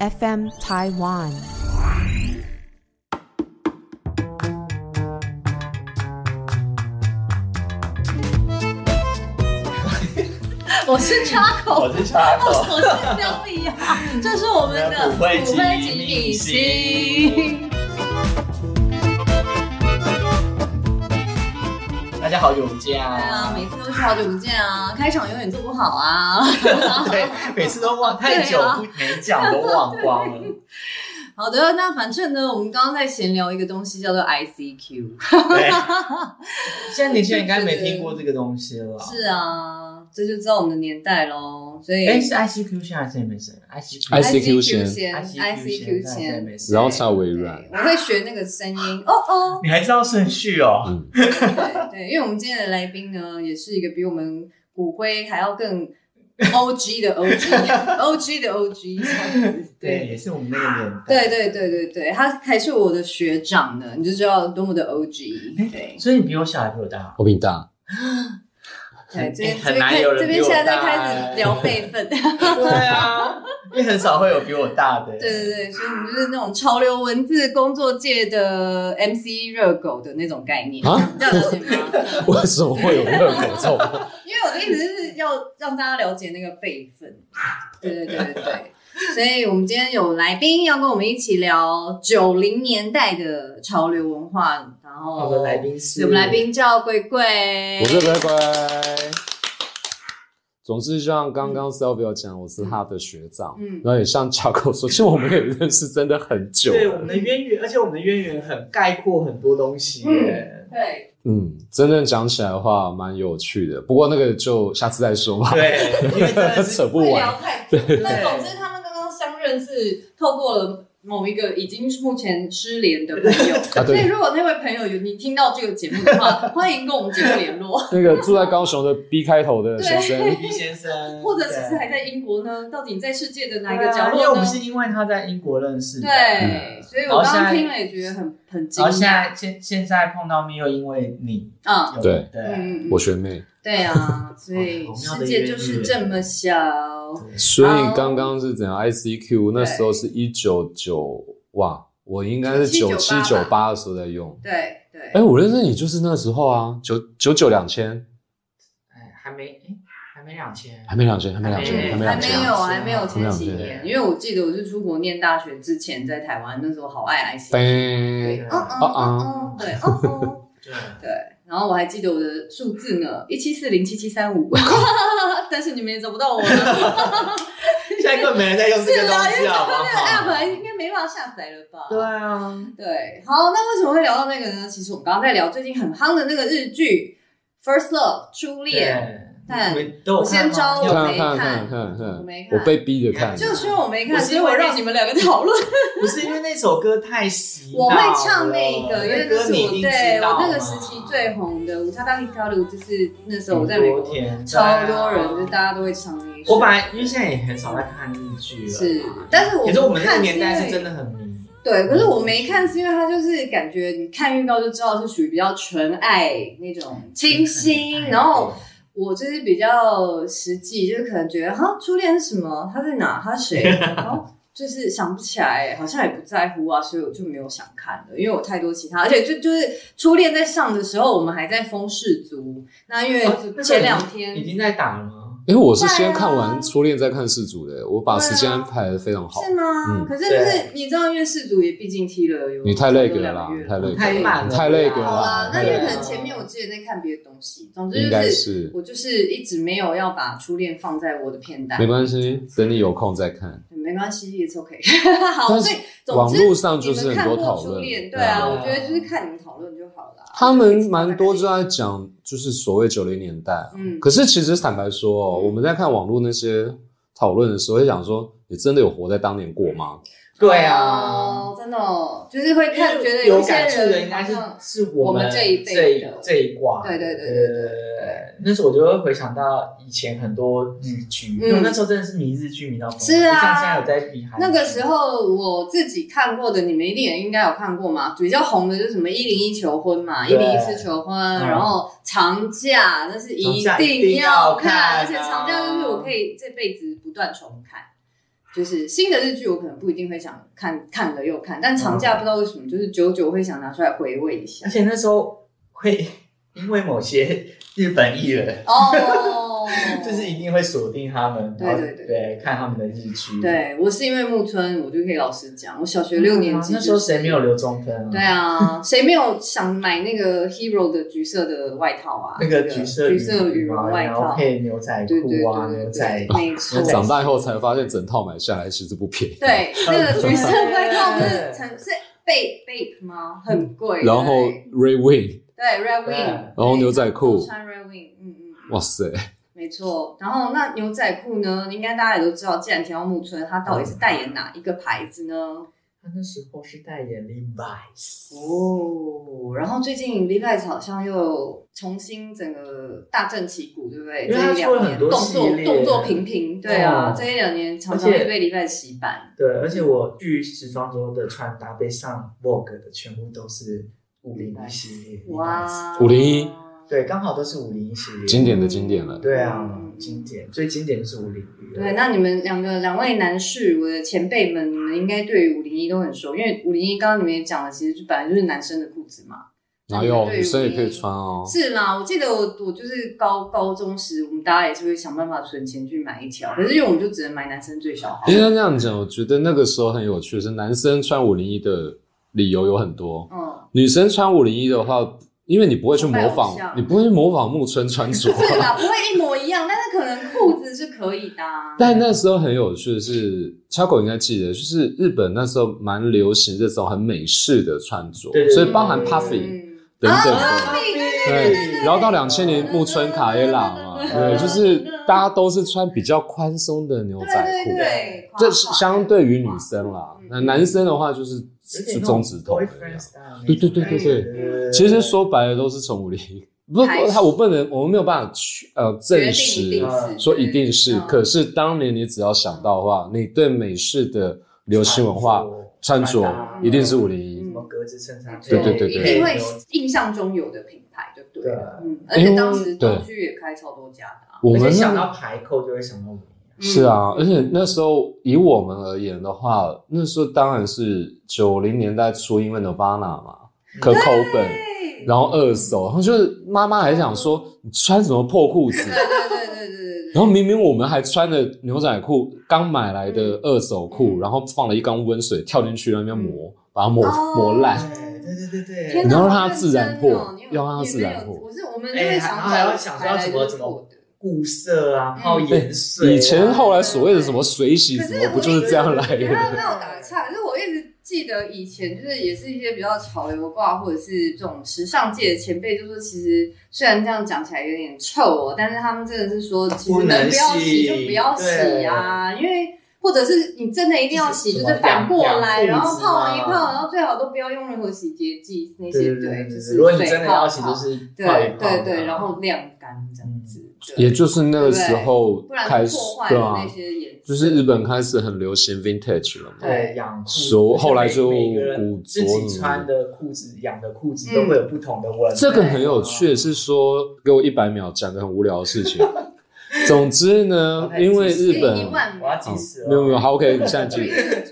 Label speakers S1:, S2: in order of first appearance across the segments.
S1: FM Taiwan。
S2: 我是 Chaco，
S3: 我是查狗，
S2: 我是廖碧雅，这是我们的
S3: 我们的
S2: 骨
S3: 骨
S2: 灰
S3: 灰
S2: 级
S3: 级
S2: 明
S3: 明
S2: 星
S3: 星。大家好久不见
S2: 对啊，
S3: 啊！
S2: 每次都是好久不见啊，开场永远做不好 啊。
S3: 对，每次都忘太久
S2: 对啊
S3: 不没讲都忘光了。
S2: 好的，那反正呢，我们刚刚在闲聊一个东西，叫做 ICQ。
S3: 对，现在年轻人应该没听过这个东西了。
S2: 是啊，这就知道我们的年代喽。所以
S3: 哎，是 ICQ 现在还是 MSN？ICQ
S4: ICQ
S2: 先
S3: ICQ
S2: ，ICQ 先。
S3: 先，
S4: 然后查微软，
S2: 我会学那个声音，哦哦，
S3: 你还知道顺序哦？
S4: 嗯，
S2: 对对，因为我们今天的来宾呢，也是一个比我们骨灰还要更 O G 的 O G，O G 的 O G，
S3: 对，
S2: 对
S3: 也是我们那个年
S2: 对
S3: 代。
S2: 对对对对，他还是我的学长呢，你就知道多么的 O G。对
S3: 所以你比我小还比我大？
S4: 我比你大，
S2: 对，这边
S3: 哎
S2: 这
S3: 很
S2: 边
S3: 难
S2: 开
S3: 有人
S2: 这边
S3: 比
S2: 现在
S3: 我
S2: 在
S3: 大
S2: 开始
S3: 哎
S2: 聊辈 分，
S3: 对啊，因为很少会有比我大的。
S2: 对对对，所以我们就是那种潮流文字工作界的 MC 热狗的那种概念，
S4: 啊
S2: 这样了解吗？
S4: 为什么会有热狗这种？
S2: 因为我的意思是要让大家了解那个辈分。对对对对对。所以，我们今天有来宾要跟我们一起聊九零年代的潮流文化，然后
S3: 我们来宾是
S2: 我们来宾叫贵贵，
S4: 我是乖乖。总之，就像刚刚 Sylvia 讲，我是他的学长，
S2: 嗯
S4: 然后也像 Chaco 说，其实我们也认识真的很久
S3: 对我们
S4: 了，
S3: 的渊源，而且我们的渊源很概括很多东西耶。
S2: 对，
S4: 嗯，真正讲起来的话，蛮有趣的。不过那个就下次再说吧，
S3: 对，因 为真的
S4: 扯
S3: 是
S4: 不
S2: 会
S4: 完。
S2: 聊太多。
S4: 对
S2: 但总之，他们刚刚相认是透过了某一个已经目前失联的朋友。
S4: 啊，
S2: 所以，
S4: 对，
S2: 如果那位朋友有你听到这个节目的话，欢迎跟我们节目联络，
S4: 那个住在高雄的 B 开头的先生，
S3: 李先生，
S2: 或者是
S3: 对
S2: 还在英国呢？到底你在世界的哪一
S3: 对
S2: 个
S3: 啊
S2: 角
S3: 因为
S2: 落
S3: 我
S2: 呢
S3: 们？是因为他在英国认识的，
S2: 对，
S4: 嗯
S2: 所以我刚刚听了也觉得很很惊
S3: 然后现
S2: 讶。
S3: 在现现在碰到面又因为你，
S2: 嗯，
S3: 有
S4: 对啊
S3: 对，
S2: 嗯嗯，
S4: 我学妹。
S2: 对 啊，所以
S3: 好妙
S2: 世
S3: 的
S2: 界
S3: 一个
S2: 就是
S3: 日
S2: 这么小。
S4: 所
S2: 好
S4: 以刚刚是怎样？ICQ 那时候是一九九哇，我应该是九七
S2: 97
S4: 九八的时候在用。
S2: 对
S4: 哎，
S2: 对，
S4: 我认识你就是那时候啊，九九九两千，
S3: 哎，还没哎，还没两千，
S4: 还没两千，还没两
S3: 哎
S4: 千，还
S2: 还
S4: 没两
S2: 没
S4: 千。啊
S2: 有还没有前几
S4: 还没有
S2: 年，因为我记得我是出国念大学之前，在台湾那时候好爱 IC。对，
S4: 对
S2: 嗯嗯
S4: 哦
S2: 嗯嗯，对，嗯嗯，
S3: 对，
S2: 对。然后我还记得我的数字呢，一七四零七七三五， 但是你们也找不到我了。啊
S3: 现在根本没人在 用这个东西，好不好
S2: App 应该没办法下载了吧？
S3: 对啊，
S2: 对，好，那为什么会聊到那个呢？其实我们刚刚在聊最近很夯的那个日剧《First Love》初恋，但
S3: 你们都有
S2: 啊我先
S3: 看吗
S2: 招
S3: 你有
S2: 我
S4: 看
S2: 没
S4: 看
S2: 看
S4: 看看
S2: 我
S4: 看
S2: 没，看
S4: 我被逼着看。
S2: 就是因啊为我没看，
S3: 我
S2: 所
S3: 是
S2: 以
S3: 因为
S2: 我让
S3: 让
S2: 你们两个讨论。
S3: 不是因为那首歌太洗
S2: 我
S3: 脑了
S2: 会唱那个，因为那
S3: 歌
S2: 是
S3: 你
S2: 我
S3: 一定
S2: 对
S3: 知道
S2: 我
S3: 嘛
S2: 那个时期最红的《舞踏当一条路》，就是那时候我在美国，
S3: 天啊
S2: 超多人，就是大家都会唱那一首。
S3: 我本来因为现在也很少在看日剧了，
S2: 是，但是我
S3: 可是我们那个
S2: 看
S3: 年代是
S2: 因为
S3: 真的很迷，
S2: 对，可是我没看，是因为它就是感觉你看预告就知道是属于比较纯爱那种清新，然后。我就是比较实际，就是可能觉得哈，初恋是什么？他在哪？他谁？ 然后就是想不起来，好像也不在乎啊，所以我就没有想看了，因为我太多其他，而且就就是初恋在上的时候，我们还在封氏族，那因为
S3: 哦那个
S2: 前两天、
S3: 已经在打了吗？
S4: 因为哎我是先
S2: 对啊
S4: 看完《初恋》再看《世祖》的，我把时
S2: 对
S4: 间
S2: 啊
S4: 安排的非常好。
S2: 是吗？
S4: 嗯
S2: 可是就是
S3: 对
S2: 你知道，因为氏族也毕竟踢了有
S4: 你太累格了
S2: 两
S4: 啦
S2: 个月，
S4: 太累格
S3: 太慢
S4: 了，
S3: 了
S4: 太累格
S2: 好啦
S4: 了，，
S2: 那
S4: 太
S2: 因为
S4: 累
S2: 可
S4: 格
S2: 能
S4: 了
S2: 前面我记得在看别的东西，总之
S4: 应
S2: 就
S4: 该
S2: 是。
S4: 是
S2: 我就是一直没有要把初恋放在我的片单，
S4: 没关系，等你有空再看。
S2: 嗯没关系，it's OK 好。
S4: 但
S2: 所
S4: 是
S2: 以总
S4: 网
S2: 之，
S4: 络上
S2: 你
S4: 就是
S2: 们
S4: 很
S2: 看
S4: 多
S2: 过
S4: 讨
S2: 初
S4: 论，
S2: 恋，对
S3: 对
S2: 啊，
S3: 啊
S2: 我觉得就是看你们讨论就好了。
S4: 他们蛮多就
S2: 啊，
S4: 在讲，就是所谓九零年代。啊
S2: 嗯，
S4: 可是其实坦白说、哦，
S2: 嗯
S4: 我们在看网络那些讨论的时候，会想说，你真的有活在当年过吗？
S3: 对啊。
S2: 哦，真的哦，就是会看，觉得
S3: 有
S2: 些
S3: 感触的
S2: 人
S3: 应
S2: 好
S3: 该是
S2: 像
S3: 是
S2: 我
S3: 们
S2: 们这一辈
S3: 这一
S2: 的
S3: 这一挂，
S2: 对对对对
S3: 对对。那时候我就会回想到以前很多日剧，因为我那时候真的是迷日剧迷到疯，
S2: 嗯是啊
S3: 不像现在有在迷韩剧。
S2: 那个时候我自己看过的，你们一定也应该有看过嘛。比较红的就是什么一零一求婚嘛，一
S3: 对嗯
S2: 零一次求婚，然后长假那是一
S3: 长假一
S2: 定
S3: 定要
S2: 看，
S3: 看啊
S2: 而且长假就是我可以这辈子不断重看。就是新的日剧，我可能不一定会想看看了又看，但长
S3: 嗯
S2: 假不知道为什么，就是久久会想拿出来回味一下
S3: 而。且那时候会因为某些日本艺人，，
S2: 哦
S3: 就是一定会锁定他们，
S2: 对
S3: 然后
S2: 对对
S3: 看他们的日剧。
S2: 对我是因为木村，我就可以老实讲，我小学六年级、
S3: 嗯啊那时候谁没有？留中分啊？
S2: 对啊，谁没有想买那个 Hero 的橘色的外套啊？
S3: 那个橘色
S2: 橘色羽绒
S3: 绒
S2: 外
S3: 然后
S2: 套，
S3: 配牛仔
S2: 对对对
S3: 裤啊，牛仔
S2: 对，没错
S3: 牛。仔
S4: 长大以后才发现，整套买下来其实不便宜。
S2: 对，那个橘色外套不是
S3: 对
S2: 很是 Bape Bape 吗？很贵。
S4: 然后
S2: 对
S4: Ray Win，
S2: 对 Red
S3: 嗯对
S2: Wing，
S4: 然后牛仔裤
S2: 都穿 Red Wing，嗯嗯，嗯
S4: 哇塞，
S2: 没错。然后那牛仔裤呢，应该大家也都知道，既然提到木村，他到底是代言哪一个牌子呢？
S3: 他那时候是代言 Levi's，
S2: 哦，然后最近 Levi's 好像又重新整个大振旗鼓，对不对？
S3: 因为
S2: 这
S3: 他
S2: 一
S3: 出了
S2: 两年
S3: 很多
S2: 动作
S3: 系列
S2: 动作频频，对啊，
S3: 哦
S2: 这一两年常
S3: 而
S2: 常
S3: 且
S2: 会被 Levi's 洗版。
S3: 对，而且我去时装周的穿搭被上 Vogue 的全部都是五零一系列，Levi's，
S2: 哇，
S4: 501，
S3: 对，刚好都是五零一系列，
S4: 经典的经典了。
S3: 对啊
S2: 嗯，
S3: 经典最经典就是五零一，
S2: 对，那你们两个两位男士，我的前辈们，你们应该对五零一都很熟，因为五零一刚刚你们也讲了，其实就本来就是男生的裤子嘛。
S4: 哪有
S2: 对
S4: 女生也可以穿哦？
S2: 是啦，我记得我我就是高高中时，我们大家也是会想办法存钱去买一条，可是因为我们就只能买男生最小号。
S4: 应该这样讲，我觉得那个时候很有趣，是男生穿五零一的理由有很多，
S2: 嗯，
S4: 女生穿五零一的话，因为你不会去
S2: 崇
S4: 模
S2: 拜偶
S4: 仿，
S2: 像
S4: 你不会去模仿木村穿着啊、
S2: 是 啦，不会一模一样，但是可能裤子是可以的、啊。
S4: 但那时候很有趣的是，c 狗应该记得，就是日本那时候蛮流行这种很美式的穿着
S3: 对，对
S4: 所以包含
S3: 嗯
S4: puffy
S2: 嗯
S4: 等等的。
S2: 啊对对对
S4: 对
S2: 对，
S4: 然后到两千年木村卡耶拉嘛，对，就是大家都是穿比较宽松的牛仔
S2: 对对嗯对，
S4: 裤，这是相对于女生
S2: 了。
S4: 啦，那男生的话就是是中指头的那样
S3: boyfriend。style 那种
S4: 对对对对对
S3: 感觉
S4: 其实说白了都是从五零一，不不
S2: 还是
S4: 他我不能，我们没有办法去呃证
S2: 决
S4: 实
S2: 定
S3: 嗯
S2: 是
S4: 说一定是，
S2: 嗯
S4: 可是当年你只要想到的话，你对美式的流行文化穿嗯着
S3: 搭
S4: 一定是五零
S3: 什
S4: 一。
S3: 么格子衬衫，
S4: 对对对对
S2: 一定会印象中有的品牌，就对了。
S3: 对
S2: 嗯，而且当时东区也开超多家的、啊。
S4: 哎我
S3: 我
S4: 们
S3: 们
S4: 那
S3: 想到排扣就会想到五零一，
S4: 是啊，
S2: 嗯
S4: 而且那时候以我们而言的话，那时候当然是九零年代初，因为 Nirvana 嘛，
S2: 嗯
S4: 可口本，
S2: 对
S4: 然后二手，然后就是妈妈还想说你穿什么破裤子，
S2: 对对对对对对。
S4: 然后明明我们还穿着牛仔裤，刚买来的
S2: 嗯
S4: 二手裤，
S2: 嗯
S4: 然后放了一缸温水，跳进去那边磨，把它磨
S2: 哦
S4: 磨烂。
S3: 对对对
S2: 天
S3: 对对，
S2: 哪
S4: 你要让它自然破
S2: 好认真哦你有
S4: 要让它自然破
S2: 你没有我是我们就
S3: 哎
S2: 会
S3: 还
S2: 想找
S3: 还要想说要怎么怎么
S2: 破的。
S3: 固色啊，
S2: 嗯
S3: 泡盐水啊，
S4: 以前后来所谓的什么水洗什么，不就是这样来
S2: 不要
S4: 的？
S2: 不要打岔，可是我一直记得以前就是也是一些比较潮流挂或者是这种时尚界的前辈，就说其实虽然这样讲起来有点臭哦，但是他们真的是说，其实
S3: 啊不能
S2: 能不要洗
S3: 洗
S2: 就不要洗啊，因为。或者是你真的一定要洗，
S3: 就
S2: 就是是反过来，然
S3: 什么养
S2: 后泡完一
S3: 养
S2: 泡，
S3: 裤子啊
S2: 然后最好都不要用任何洗洁剂那
S3: 对
S2: 些，
S3: 对对
S2: 就
S3: 对，
S2: 是
S3: 如果你
S2: 水
S3: 真的
S2: 泡
S3: 要洗，就
S2: 泡
S3: 是泡一
S2: 对
S3: 泡
S2: 对对，然后晾干这样子，对
S3: 嗯
S4: 也就是那个时候
S2: 不然
S4: 开始
S2: 破，坏
S4: 对
S2: 了
S4: 啊
S2: 那，些颜色。
S4: 就是日本开始很流行 vintage 了嘛。
S3: 对养裤子
S4: 熟后来就
S3: 每个人
S4: 古着
S3: 自己穿的裤子、养的裤子都会有不同的味道。
S4: 这个很有趣，是说给我一百秒讲个很无聊的事情。 总之呢，因为日
S2: 给你
S4: 本
S2: 一万
S3: 我要急死了。
S4: 没有没有，好，OK，你现在 记，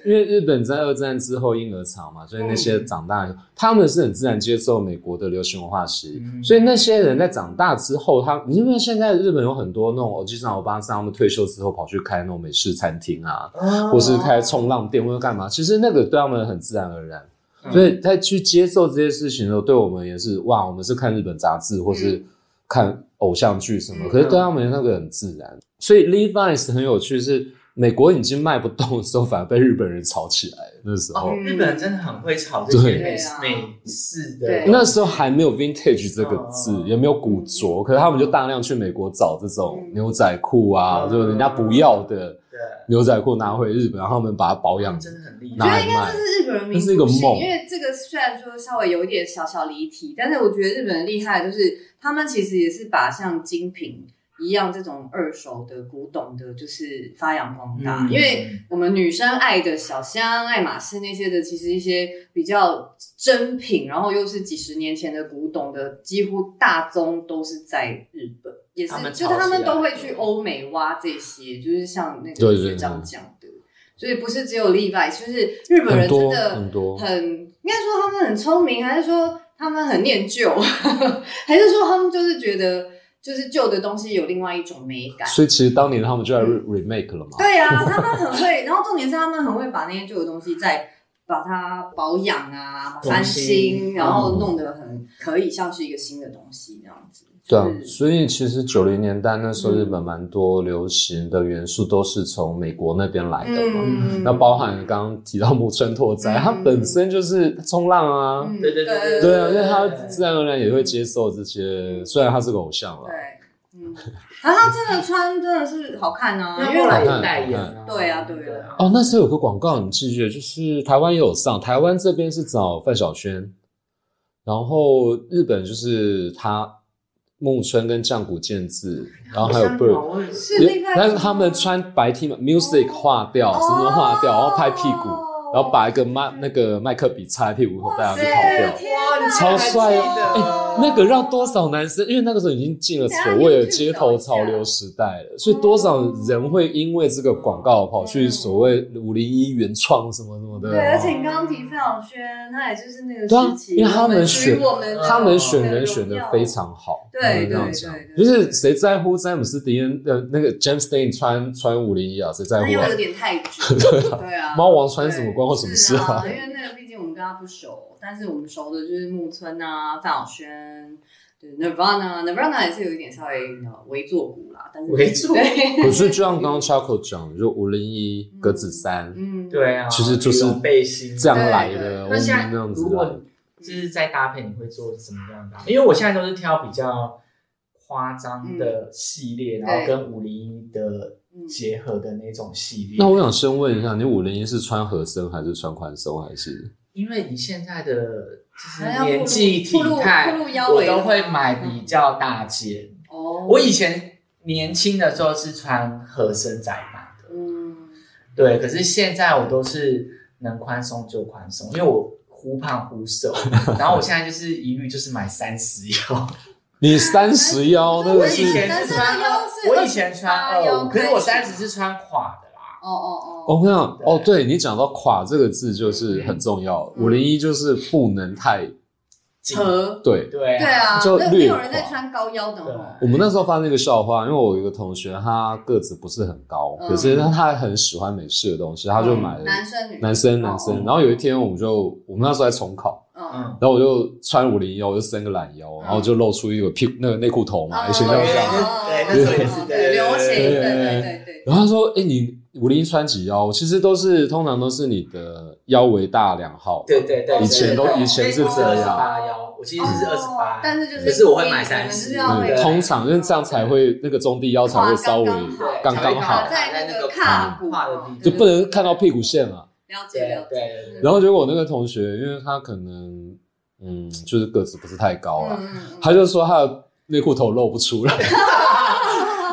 S4: 因为日本在二战之后婴儿潮嘛，所以那
S2: 嗯
S4: 些长大，他们是很自然接受美国的流行文化洗礼，
S3: 嗯
S4: 所以那些人在长大之后，他你因为现在日本有很多那种哦欧吉桑、欧巴桑，他们退休之后跑去开那种美式餐厅啊，
S3: 哦
S4: 或是开冲浪店或者干嘛，其实那个对他们很自然而然。
S3: 嗯
S4: 所以在去接受这些事情的时候，对我们也是哇，我们是看日本杂志或是看偶像剧什么，
S2: 嗯
S4: 可是对他们那个很自然。所以 Levi's 很有趣是，美国已经卖不动的时候，反而被日本人炒起来。那时候、
S3: 哦日本人真的很会炒这些
S4: 对
S3: 美
S2: 对啊
S3: 美式
S2: 对
S3: 的，
S4: 那时候还没有 vintage 这个字，
S3: 哦
S4: 也没有古着，可是他们就大量去美国找这种
S2: 嗯
S4: 牛仔裤啊，
S3: 嗯
S4: 就是人家不要的
S3: 对，
S4: 牛仔裤拿回日本，然后他们把它保
S3: 他
S4: 养
S3: 们哦真的很厉
S2: 我觉
S4: 哪
S2: 得
S4: 里
S3: 害。
S2: 应该这是日本人民族
S4: 那是一
S2: 性
S4: 个，梦
S2: 因为这个虽然说稍微有一点小小离题，但是我觉得日本人厉害的就是他们其实也是把像精品一样这种二手的古董的，就是发扬光大。
S3: 嗯
S2: 因为我们女生爱的小香、爱马仕那些的，其实一些比较真品，然后又是几十年前的古董的，几乎大宗都是在日本，也是
S3: 他们
S2: 就
S3: 炒
S2: 是他
S3: 起
S2: 们
S3: 来
S2: 都会
S3: 的
S2: 去欧美挖这些，就是像那
S4: 对
S2: 个
S4: 对
S2: 学长
S4: 对
S2: 讲的。所以不是只有 Levi's，就是日本人真
S4: 很多
S2: 的
S4: 很多
S2: 很应该说他们很聪明，还是说他们很念旧， 还是说他们就是觉得就是旧的东西有另外一种美感？嗯
S4: 所以其实当年他们就来 re- remake 了嘛。
S2: 对啊，他们很会，然后重点是他们很会把那些旧的东西再把它保养啊、
S3: 重新
S2: 翻新，然后
S4: 嗯
S2: 弄得很可以像是一个新的东西那样子。
S4: 对啊，
S2: 就是
S4: 所以其实九零年代那时候
S2: 嗯
S4: 日本蛮多流行的元素都是从美国那边来的嘛。
S2: 嗯，
S4: 那包含刚刚提到木村拓哉，
S2: 嗯
S4: 他本身就是冲浪啊，
S2: 嗯
S3: 对对对对
S4: 对啊，因为他
S3: 对
S4: 自然而然也会接受这些，虽然他是个偶像了
S2: 对，， 嗯，然后他真的穿真的是好看啊，
S3: 因
S2: 因为
S3: 为后来
S2: 我
S3: 有代言
S4: 嗯
S3: 啊，
S2: 对啊对啊
S4: 哦，那时候有个广告，你记不记得？就是台湾也有上，台湾这边是找范晓萱，然后日本就是他木村跟降谷健治，然后还有 Bird，
S3: Bird，
S2: 是另外一个吗，
S4: 但是他们穿白 T 嘛，music 化掉，什么都化掉，然后拍屁股，
S2: 哦
S4: 然后把一个麦那个麦克笔插在屁股口袋，然后就跑掉。
S2: 天哪
S4: 啊超帅啊
S2: 还记得
S3: 哎
S4: 那个让多少男生，因为那个时候已经进了所谓的街头潮流时代
S2: 哦
S4: 了，所以多少人会因为这个广告跑去所谓五零一原创什么什么的。
S2: 对，而且你刚刚提范晓萱，她也就是那个
S4: 啊对啊
S2: 时期，
S4: 因为他们
S2: 属于
S4: 选
S2: 我们
S4: 他们选人选的非常好，
S2: 对
S4: 不能这样讲
S2: 对对对
S4: 就是谁在乎詹姆斯迪恩呃那个 James Dean 穿穿五零一啊，谁在
S2: 那
S4: 乎
S2: 又
S4: 啊
S2: 有？点太直， 对啊，
S4: 猫王穿什么关我什么事
S2: 对是
S4: 啊
S2: 啊？？因为那个毕竟我们跟他不熟，但是我们熟的就是木村啊、范晓萱。对 Nirvana，Nirvana 也是有一点稍微呃微作古啦，但是
S3: 微作古
S2: 对，
S4: 可是就像刚刚 Chaco 讲，就五零一格子衫
S2: 嗯，
S3: 对啊，
S4: 其实就是
S3: 羽绒背心
S4: 这样来
S2: 对对
S4: 的，
S3: 那
S4: 我们
S3: 现在
S4: 那样子啊
S3: 如
S4: 来
S3: 果。就是在搭配，你会做什么样的搭配？因为我现在都是挑比较夸张的系列，然后跟五零一的
S2: 嗯
S3: 结合的那种系列。
S4: 那我想先问一下，你五零一是穿合身还是穿宽松，还是
S3: 因为你现在的就是
S2: 还要
S3: 年纪体
S2: 暴露暴
S3: 态
S2: 露腰，
S3: 我
S2: 围
S3: 都会买比较大件。
S2: 哦，
S3: 我以前年轻的时候是穿合身窄版的，
S2: 嗯，
S3: 对，可是现在我都是能宽松就宽松，因为我。忽胖忽 瘦，然后我现在就是一律就是买三十腰，
S4: 你三十腰那
S2: 我
S4: 个
S3: 我
S4: 是
S3: 以前
S2: 男
S3: 是
S2: 生
S3: 穿
S2: 的腰
S3: 二
S2: 是，
S3: 我以前穿
S2: 28腰
S3: 二五，可是我
S2: 开
S3: 三
S2: 始
S3: 十是穿垮的啦。
S2: 哦哦
S4: 我
S2: 哦，
S4: 跟你讲，
S3: 对
S4: 哦，对你讲到垮这个字就是很重要，
S2: 嗯
S4: 五零一就是不能太
S3: 紧
S2: 和
S4: 对。
S3: 对
S2: 对
S3: 啊，
S2: 啊，
S4: 就
S2: 没有没
S4: 略
S2: 有人在
S4: 垮
S2: 穿高腰的
S3: 对啊
S2: 哦。
S4: 我们那时候发生一个笑话，因为我有一个同学，他个子不是很高，
S2: 嗯
S4: 可是他他很喜欢美式的东西，他就买了
S2: 男生女
S4: 男生男生。
S3: 嗯哦
S4: 然后有一天，我们就我们那时候在重考，
S2: 嗯
S3: 嗯，
S4: 然后我就穿五零一，我就伸个懒腰，然后就露出一个屁股那个内裤
S2: 啊
S4: 头嘛，以前
S3: 哦
S4: 叫
S3: 原来对那时候也是对
S2: 流行，
S3: 对
S2: 对
S4: 对
S2: 对对对，
S4: 然后他说：“哎、你五零一穿几腰？其实都是通常都是你的腰围大两号。
S3: 对对对，
S4: 以前都
S3: 对对
S4: 以前是
S3: 那时
S4: 这
S3: 候是
S4: 样。
S3: 八腰，我其实是二十八，
S2: 哦但是就是
S3: 可是我会买
S2: 你们就是
S3: 30
S2: 要会
S4: 嗯，通常因为这样才会那个中低腰才会稍微
S2: 哇刚刚好
S3: 对
S4: 刚
S3: 才会
S4: 刚
S2: 卡
S4: 好，
S2: 在那个
S3: 胯
S2: 胯骨
S3: 胯的地方，
S4: 就不能看到屁股线嘛。
S2: 了解
S3: 对
S2: 了解，
S3: 对对对，
S4: 然后结果我那个同学，因为他可能嗯就是个子不是太高了，
S2: 嗯
S4: 他就说他的内裤头露不出来。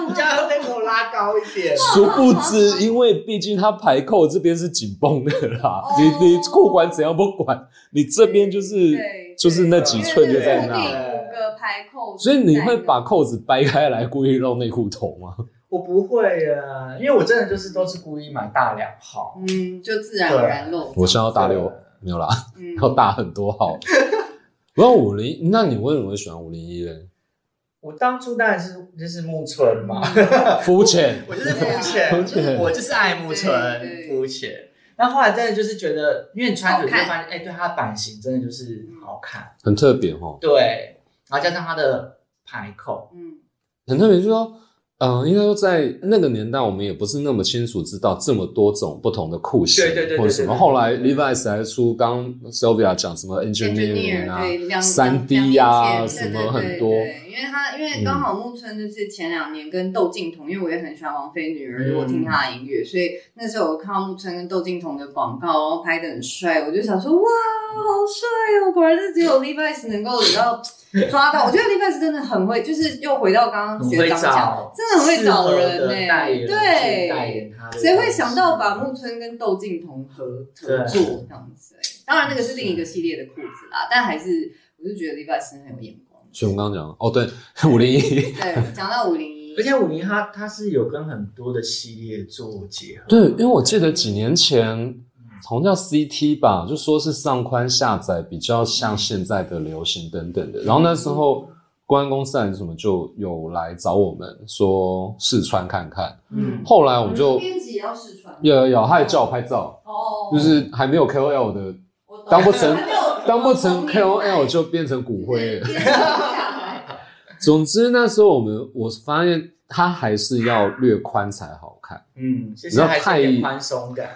S3: 你就要那口拉高一点。
S4: 殊不知，因为毕竟他排扣这边是紧绷的啦，
S2: 哦
S4: 你你裤管怎样不管，你这边就是
S2: 对
S4: 就是那几寸就在
S2: 因为
S4: 那。
S2: 是固定五个排扣，
S4: 所以你会把扣子掰开来，故意露内裤头吗？
S3: 我不会啊，因为我真的就是都是故意买大两号，
S2: 嗯，就自然而然露。
S4: 我想要大六
S3: 对
S4: 没有啦，
S2: 嗯
S4: 要大很多号。然后五零，那你为什么会喜欢五零一呢？
S3: 我当初当然是就是木
S2: 嗯
S3: 村嘛，
S4: 肤浅，
S3: 我就是肤浅，
S4: 肤
S3: 就是
S4: 浅
S3: 我就是爱木
S2: 对
S3: 村，
S2: 对
S3: 肤浅。那后来真的就是觉得，因为你穿着
S2: 好
S3: 你就
S2: 看
S3: 发现，哎、对它的版型真的就是好看，
S4: 很特别
S3: 嗯
S4: 哦，
S3: 对，然后加上它的排扣，
S2: 嗯
S4: 很特别，就是说，嗯、应该说在那个年代，我们也不是那么清楚知道这么多种不同的裤型
S3: 对对对对
S4: 或者什么。
S3: 对对对
S4: 后来 Levi's 还出，刚刚 Sylvia 讲什么 engineering 啊，
S2: 对，两
S4: 三 D
S2: 呀
S4: 呀，什么很多嗯
S2: 对对对因为他因为刚好木村就是前两年跟窦靖童，因为我也很喜欢王菲女儿，
S3: 嗯
S2: 我听她的音乐，所以那时候我看到木村跟窦靖童的广告，然后拍的很帅，我就想说哇，好帅哦！果然是只有 Levi's 能够你知道抓到，我觉得 Levi's 真的很会，就是又回到刚刚
S3: 很
S2: 学
S3: 会
S2: 长讲，
S3: 找，
S2: 真的很会找人呢、
S3: 呢、代言人欸去代
S2: 对。
S3: 言他的，
S2: 谁会想到把木村跟窦靖童合合作这样子？当然，那个是另一个系列的裤子啦，但还是我就觉得 Levi's 很有眼光。
S4: 所以我们刚刚讲，哦，对，五零一，
S2: 对，讲到五零一，
S3: 而且五零他他是有跟很多的系列做结合，
S4: 对，因为我记得几年前，好像叫 CT 吧，就说是上宽下窄比较像现在的流行等等的。然后那时候公安公司还是什么就有来找我们说试穿看看。
S3: 嗯
S4: 后来我们就
S2: 编辑也要试穿，
S4: 有有有，他也叫我拍照，
S2: 哦，
S4: 就是还没有 KOL 的，
S2: 我懂
S4: 当不成
S2: 还没有
S4: 哦当不成哎 KOL 就变成骨灰了。 总之那时候我们我发现他还是要略宽才好看。
S3: 嗯，其
S4: 你知
S3: 实
S4: 道
S3: 还是
S4: 太
S3: 有点宽松感，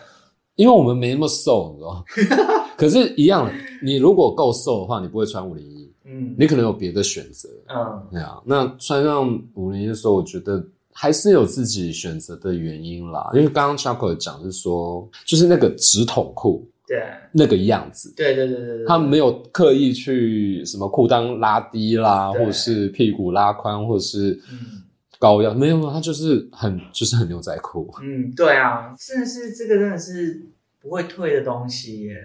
S4: 因为我们没那么瘦，你知道吗？ 可是，一样，你如果够瘦的话，你不会穿五零一，
S3: 嗯，
S4: 你可能有别的选择。
S3: 嗯
S4: 对啊，那穿上五零一的时候，我觉得还是有自己选择的原因啦。因为刚刚 Choco 讲是说，就是那个直筒裤
S3: 对
S4: 那个样子，
S3: 对对对对对，
S4: 他没有刻意去什么裤裆拉低啦，
S3: 对
S4: 或者是屁股拉宽，或者是
S3: 嗯
S4: 高腰，没有，啊，他就是很就是很牛仔裤。
S3: 嗯，对啊，真的是这个真的是不会退的东西耶。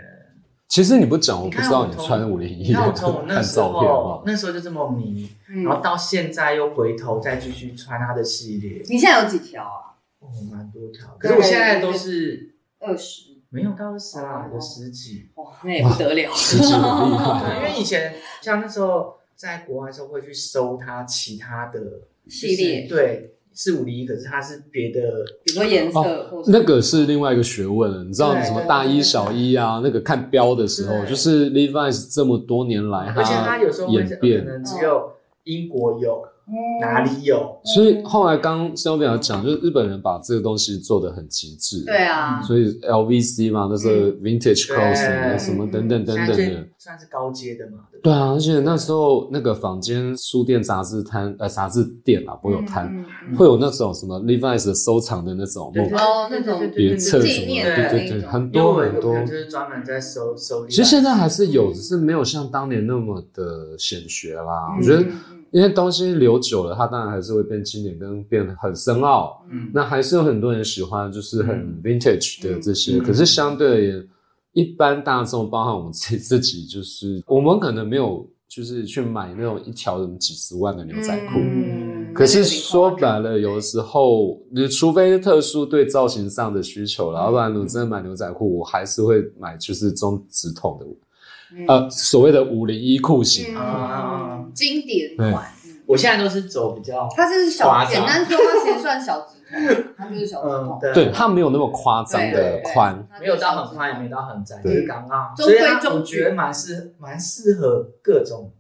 S4: 其实你不讲，我
S3: 你
S4: 不
S3: 看
S4: 知道
S3: 我
S4: 你
S3: 从
S4: 穿五零一
S3: 你看我从 我那
S4: 看
S3: 时
S4: 照片的话
S3: 候，。那时候就这么迷，
S2: 嗯
S3: 然后到现在又回头再继续穿它的系列，
S2: 你现在有几条啊？
S3: 哦，蛮多条。可是我现在都是
S2: 二十，
S3: 没有到十啦，有十几。
S2: 哇，那也不得了。
S4: 实际很厉
S3: 对，因
S4: 害。
S3: 为以前像那时候在国外的时候会去搜它其他的就是
S2: 系列
S3: 对，是五零一，可是它是别的，
S2: 比如说颜色或是
S4: 哦那个是另外一个学问了，你知道
S3: 对
S4: 什么大一、小一啊？那个看标的时候，
S3: 对
S4: 就是 Levi's 这么多年来，
S3: 而且它有时候会嗯是
S4: 演
S3: 可
S4: 变，嗯
S3: 能只有英国有，
S2: 嗯
S3: 哪？里有，
S4: 所以后来刚肖淼讲，就是日本人把这个东西做得很极致。
S2: 对啊，
S4: 所以 LVC 嘛，那时候
S2: 嗯
S4: Vintage Clothes
S3: 对
S4: 啊什么等等等
S3: 现在
S4: 等
S3: 最
S4: 的。
S3: 算是高阶的嘛，对不对
S4: 对啊，而且那时候那个坊间书店杂志摊，呃，杂志店啊，不会有摊，
S2: 嗯嗯
S4: 会有那种什么 Levi's 的收藏的那种
S3: 对
S4: 梦
S3: 对对
S2: 哦
S3: 对
S2: 那种
S3: 对对对
S4: 别
S3: 对
S4: 册什
S2: 纪
S4: 么
S2: 念
S4: 的，
S2: 的
S4: 对
S2: 那
S4: 对对，
S2: 种
S4: 很
S3: 因为
S4: 多
S3: 我有一
S4: 很
S3: 个朋
S4: 多
S3: 友。就是专门在收收。
S4: 其实现在还是有，只是没有像当年那么的显学啦。我觉得
S2: 嗯，嗯
S4: 因为东西留久了，它当然还是会变经典，跟变得很深奥。
S2: 嗯
S4: 那还是有很多人喜欢，就是
S3: 嗯
S4: 很 vintage 的这些。
S3: 嗯
S4: 可是相对而言，一般大众，包含我们自己自己，就是我们可能没有，就是去买那种一条什么几十万的牛仔裤。
S2: 嗯
S4: 可是说白了，有时候你除非是特殊对造型上的需求
S3: 嗯
S4: 啦，要不然我真的买牛仔裤，我还是会买就是中直筒的，呃，所谓的五零一裤型。
S3: 啊
S2: 嗯，经典款。嗯
S3: 我现在都是走比较，
S2: 它是
S3: 夸
S2: 小，简
S3: 张
S2: 单说，它其实算小直筒，它就是小直
S3: 嗯
S2: 筒，，
S4: 对，它没有那么夸张的
S3: 对
S4: 宽，
S2: 它就是小直筒
S3: 没有到很宽，也没到很窄，就
S4: 对
S3: 是刚刚好。
S2: 中
S3: 所以
S2: 规
S3: 它
S2: 中矩
S3: 我觉得蛮适蛮适合各种，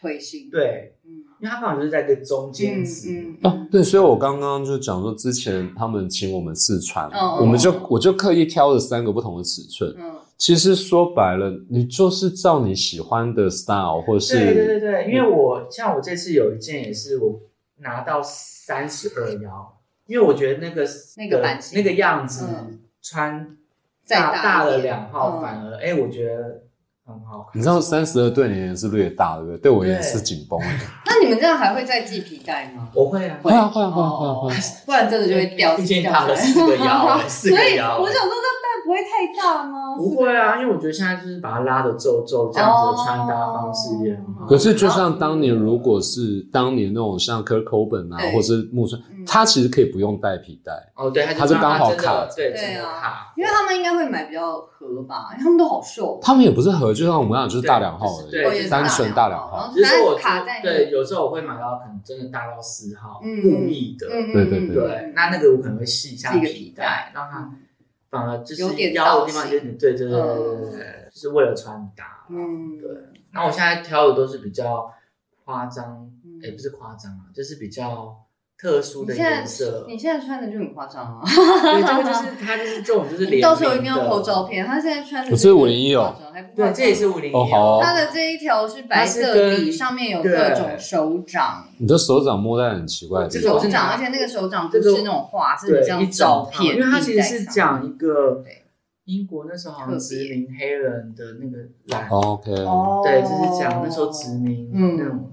S2: 腿型，
S3: 对，
S2: 嗯，
S3: 因为它刚好就是在一个中间值。
S2: 嗯嗯
S4: 啊，对，所以我刚刚就讲说，之前他们请我们试穿，
S2: 嗯
S4: 我们就
S2: 嗯嗯
S4: 我就刻意挑了三个不同的尺寸。
S2: 嗯
S4: 其实说白了，你就是照你喜欢的 style 或
S3: 对对对
S4: 是嗯
S3: 对，因为我像我这次有一件也是我拿到三十二腰，因为我觉得那个
S2: 那个版型
S3: 那个样子
S2: 嗯
S3: 穿
S2: 再
S3: 大
S2: 大一
S3: 大了
S2: 点
S3: 两号，
S2: 嗯
S3: 反而哎，我觉得很好看
S4: 你。知道三十二对你而言是略大，对不对？对我而言是紧绷。
S2: 那你们这样还会再系皮带吗？
S3: 我会啊，
S4: 会啊会啊会啊会啊
S2: 哦
S4: 会啊！
S2: 不然真的就会掉
S3: 毕竟
S2: 掉
S3: 打
S2: 下
S3: 了
S2: 来。
S3: 四个 腰，四
S2: 所
S3: 个
S2: 以
S3: 腰
S2: 我。想说，那蛋不会太大吗？
S3: 不会啊，因为我觉得现在就是把它拉的皱皱，这样子的穿搭
S2: 哦
S3: 方式也很好。
S4: 可是就像当年，如果是当年那种像 Kirk Cobain 啊，
S2: 对
S4: 或是木村
S2: 嗯，
S4: 他其实可以不用带皮带。
S3: 哦，对，
S4: 它
S3: 它
S4: 就
S3: 就
S4: 刚好
S3: 真的
S4: 卡
S3: 对，
S2: 对啊
S3: 真的卡，
S2: 因为他们应该会买比较合吧，因为他们都好瘦。
S4: 他们也不是合，就像我们讲，就是大两号
S3: 对
S2: 我
S4: 而
S2: 也
S4: 已，
S2: 是哦
S4: 单纯大两
S2: 两
S4: 号。
S3: 只是我
S2: 卡在那
S3: 对，有时候我会买到可能真的大到四号，
S2: 嗯
S3: 故意的，
S2: 嗯嗯
S4: 对对对
S2: 嗯
S3: 对，那那个我可能会系一下
S2: 系一个
S3: 皮
S2: 皮带
S3: 带，让它反而就是
S2: 有点
S3: 腰的地
S2: 造
S3: 方
S2: 型
S3: 有点，对对对对
S2: 嗯
S3: 对对对，就是为了穿搭。
S2: 嗯
S3: 对然后我现在挑的都是比较夸张
S2: 嗯，
S3: 也不是夸张啊，就是比较特殊
S2: 你
S3: 的
S2: 现在
S3: 颜色。
S2: 你现在穿的就很夸张啊！
S3: 对，这个就是它就是这种就是连
S2: 到时候一定
S3: 绵
S2: 要
S3: 的
S2: po 照。片。他现在穿的
S4: 我
S2: 就
S4: 这是
S2: 是
S4: 501哦
S2: 夸张，还不夸
S3: 对，
S2: 张
S3: 这也是五零一。
S4: 哦好哦
S2: 他的这一条是白色
S3: 它是
S2: 底，
S3: 跟
S2: 上面有
S3: 对
S2: 各种手掌，
S4: 你的手掌摸在很奇怪的地
S3: 这个
S4: 方
S3: 我
S2: 手
S3: 是。
S2: 掌，
S3: 拿
S2: 而且那个手掌不
S3: 这
S2: 是
S3: 个
S2: 那种画，是
S3: 对
S2: 这
S3: 一
S2: 样
S3: 整
S2: 照
S3: 套
S2: 片，
S3: 因为它其实是
S2: 立在上
S3: 讲
S2: 面
S3: 一个
S2: 对
S3: 英国那时候好像殖民黑人的那个染，
S4: OK，
S2: 哦，
S3: 对，就是讲那时候殖民
S2: 嗯
S3: 那种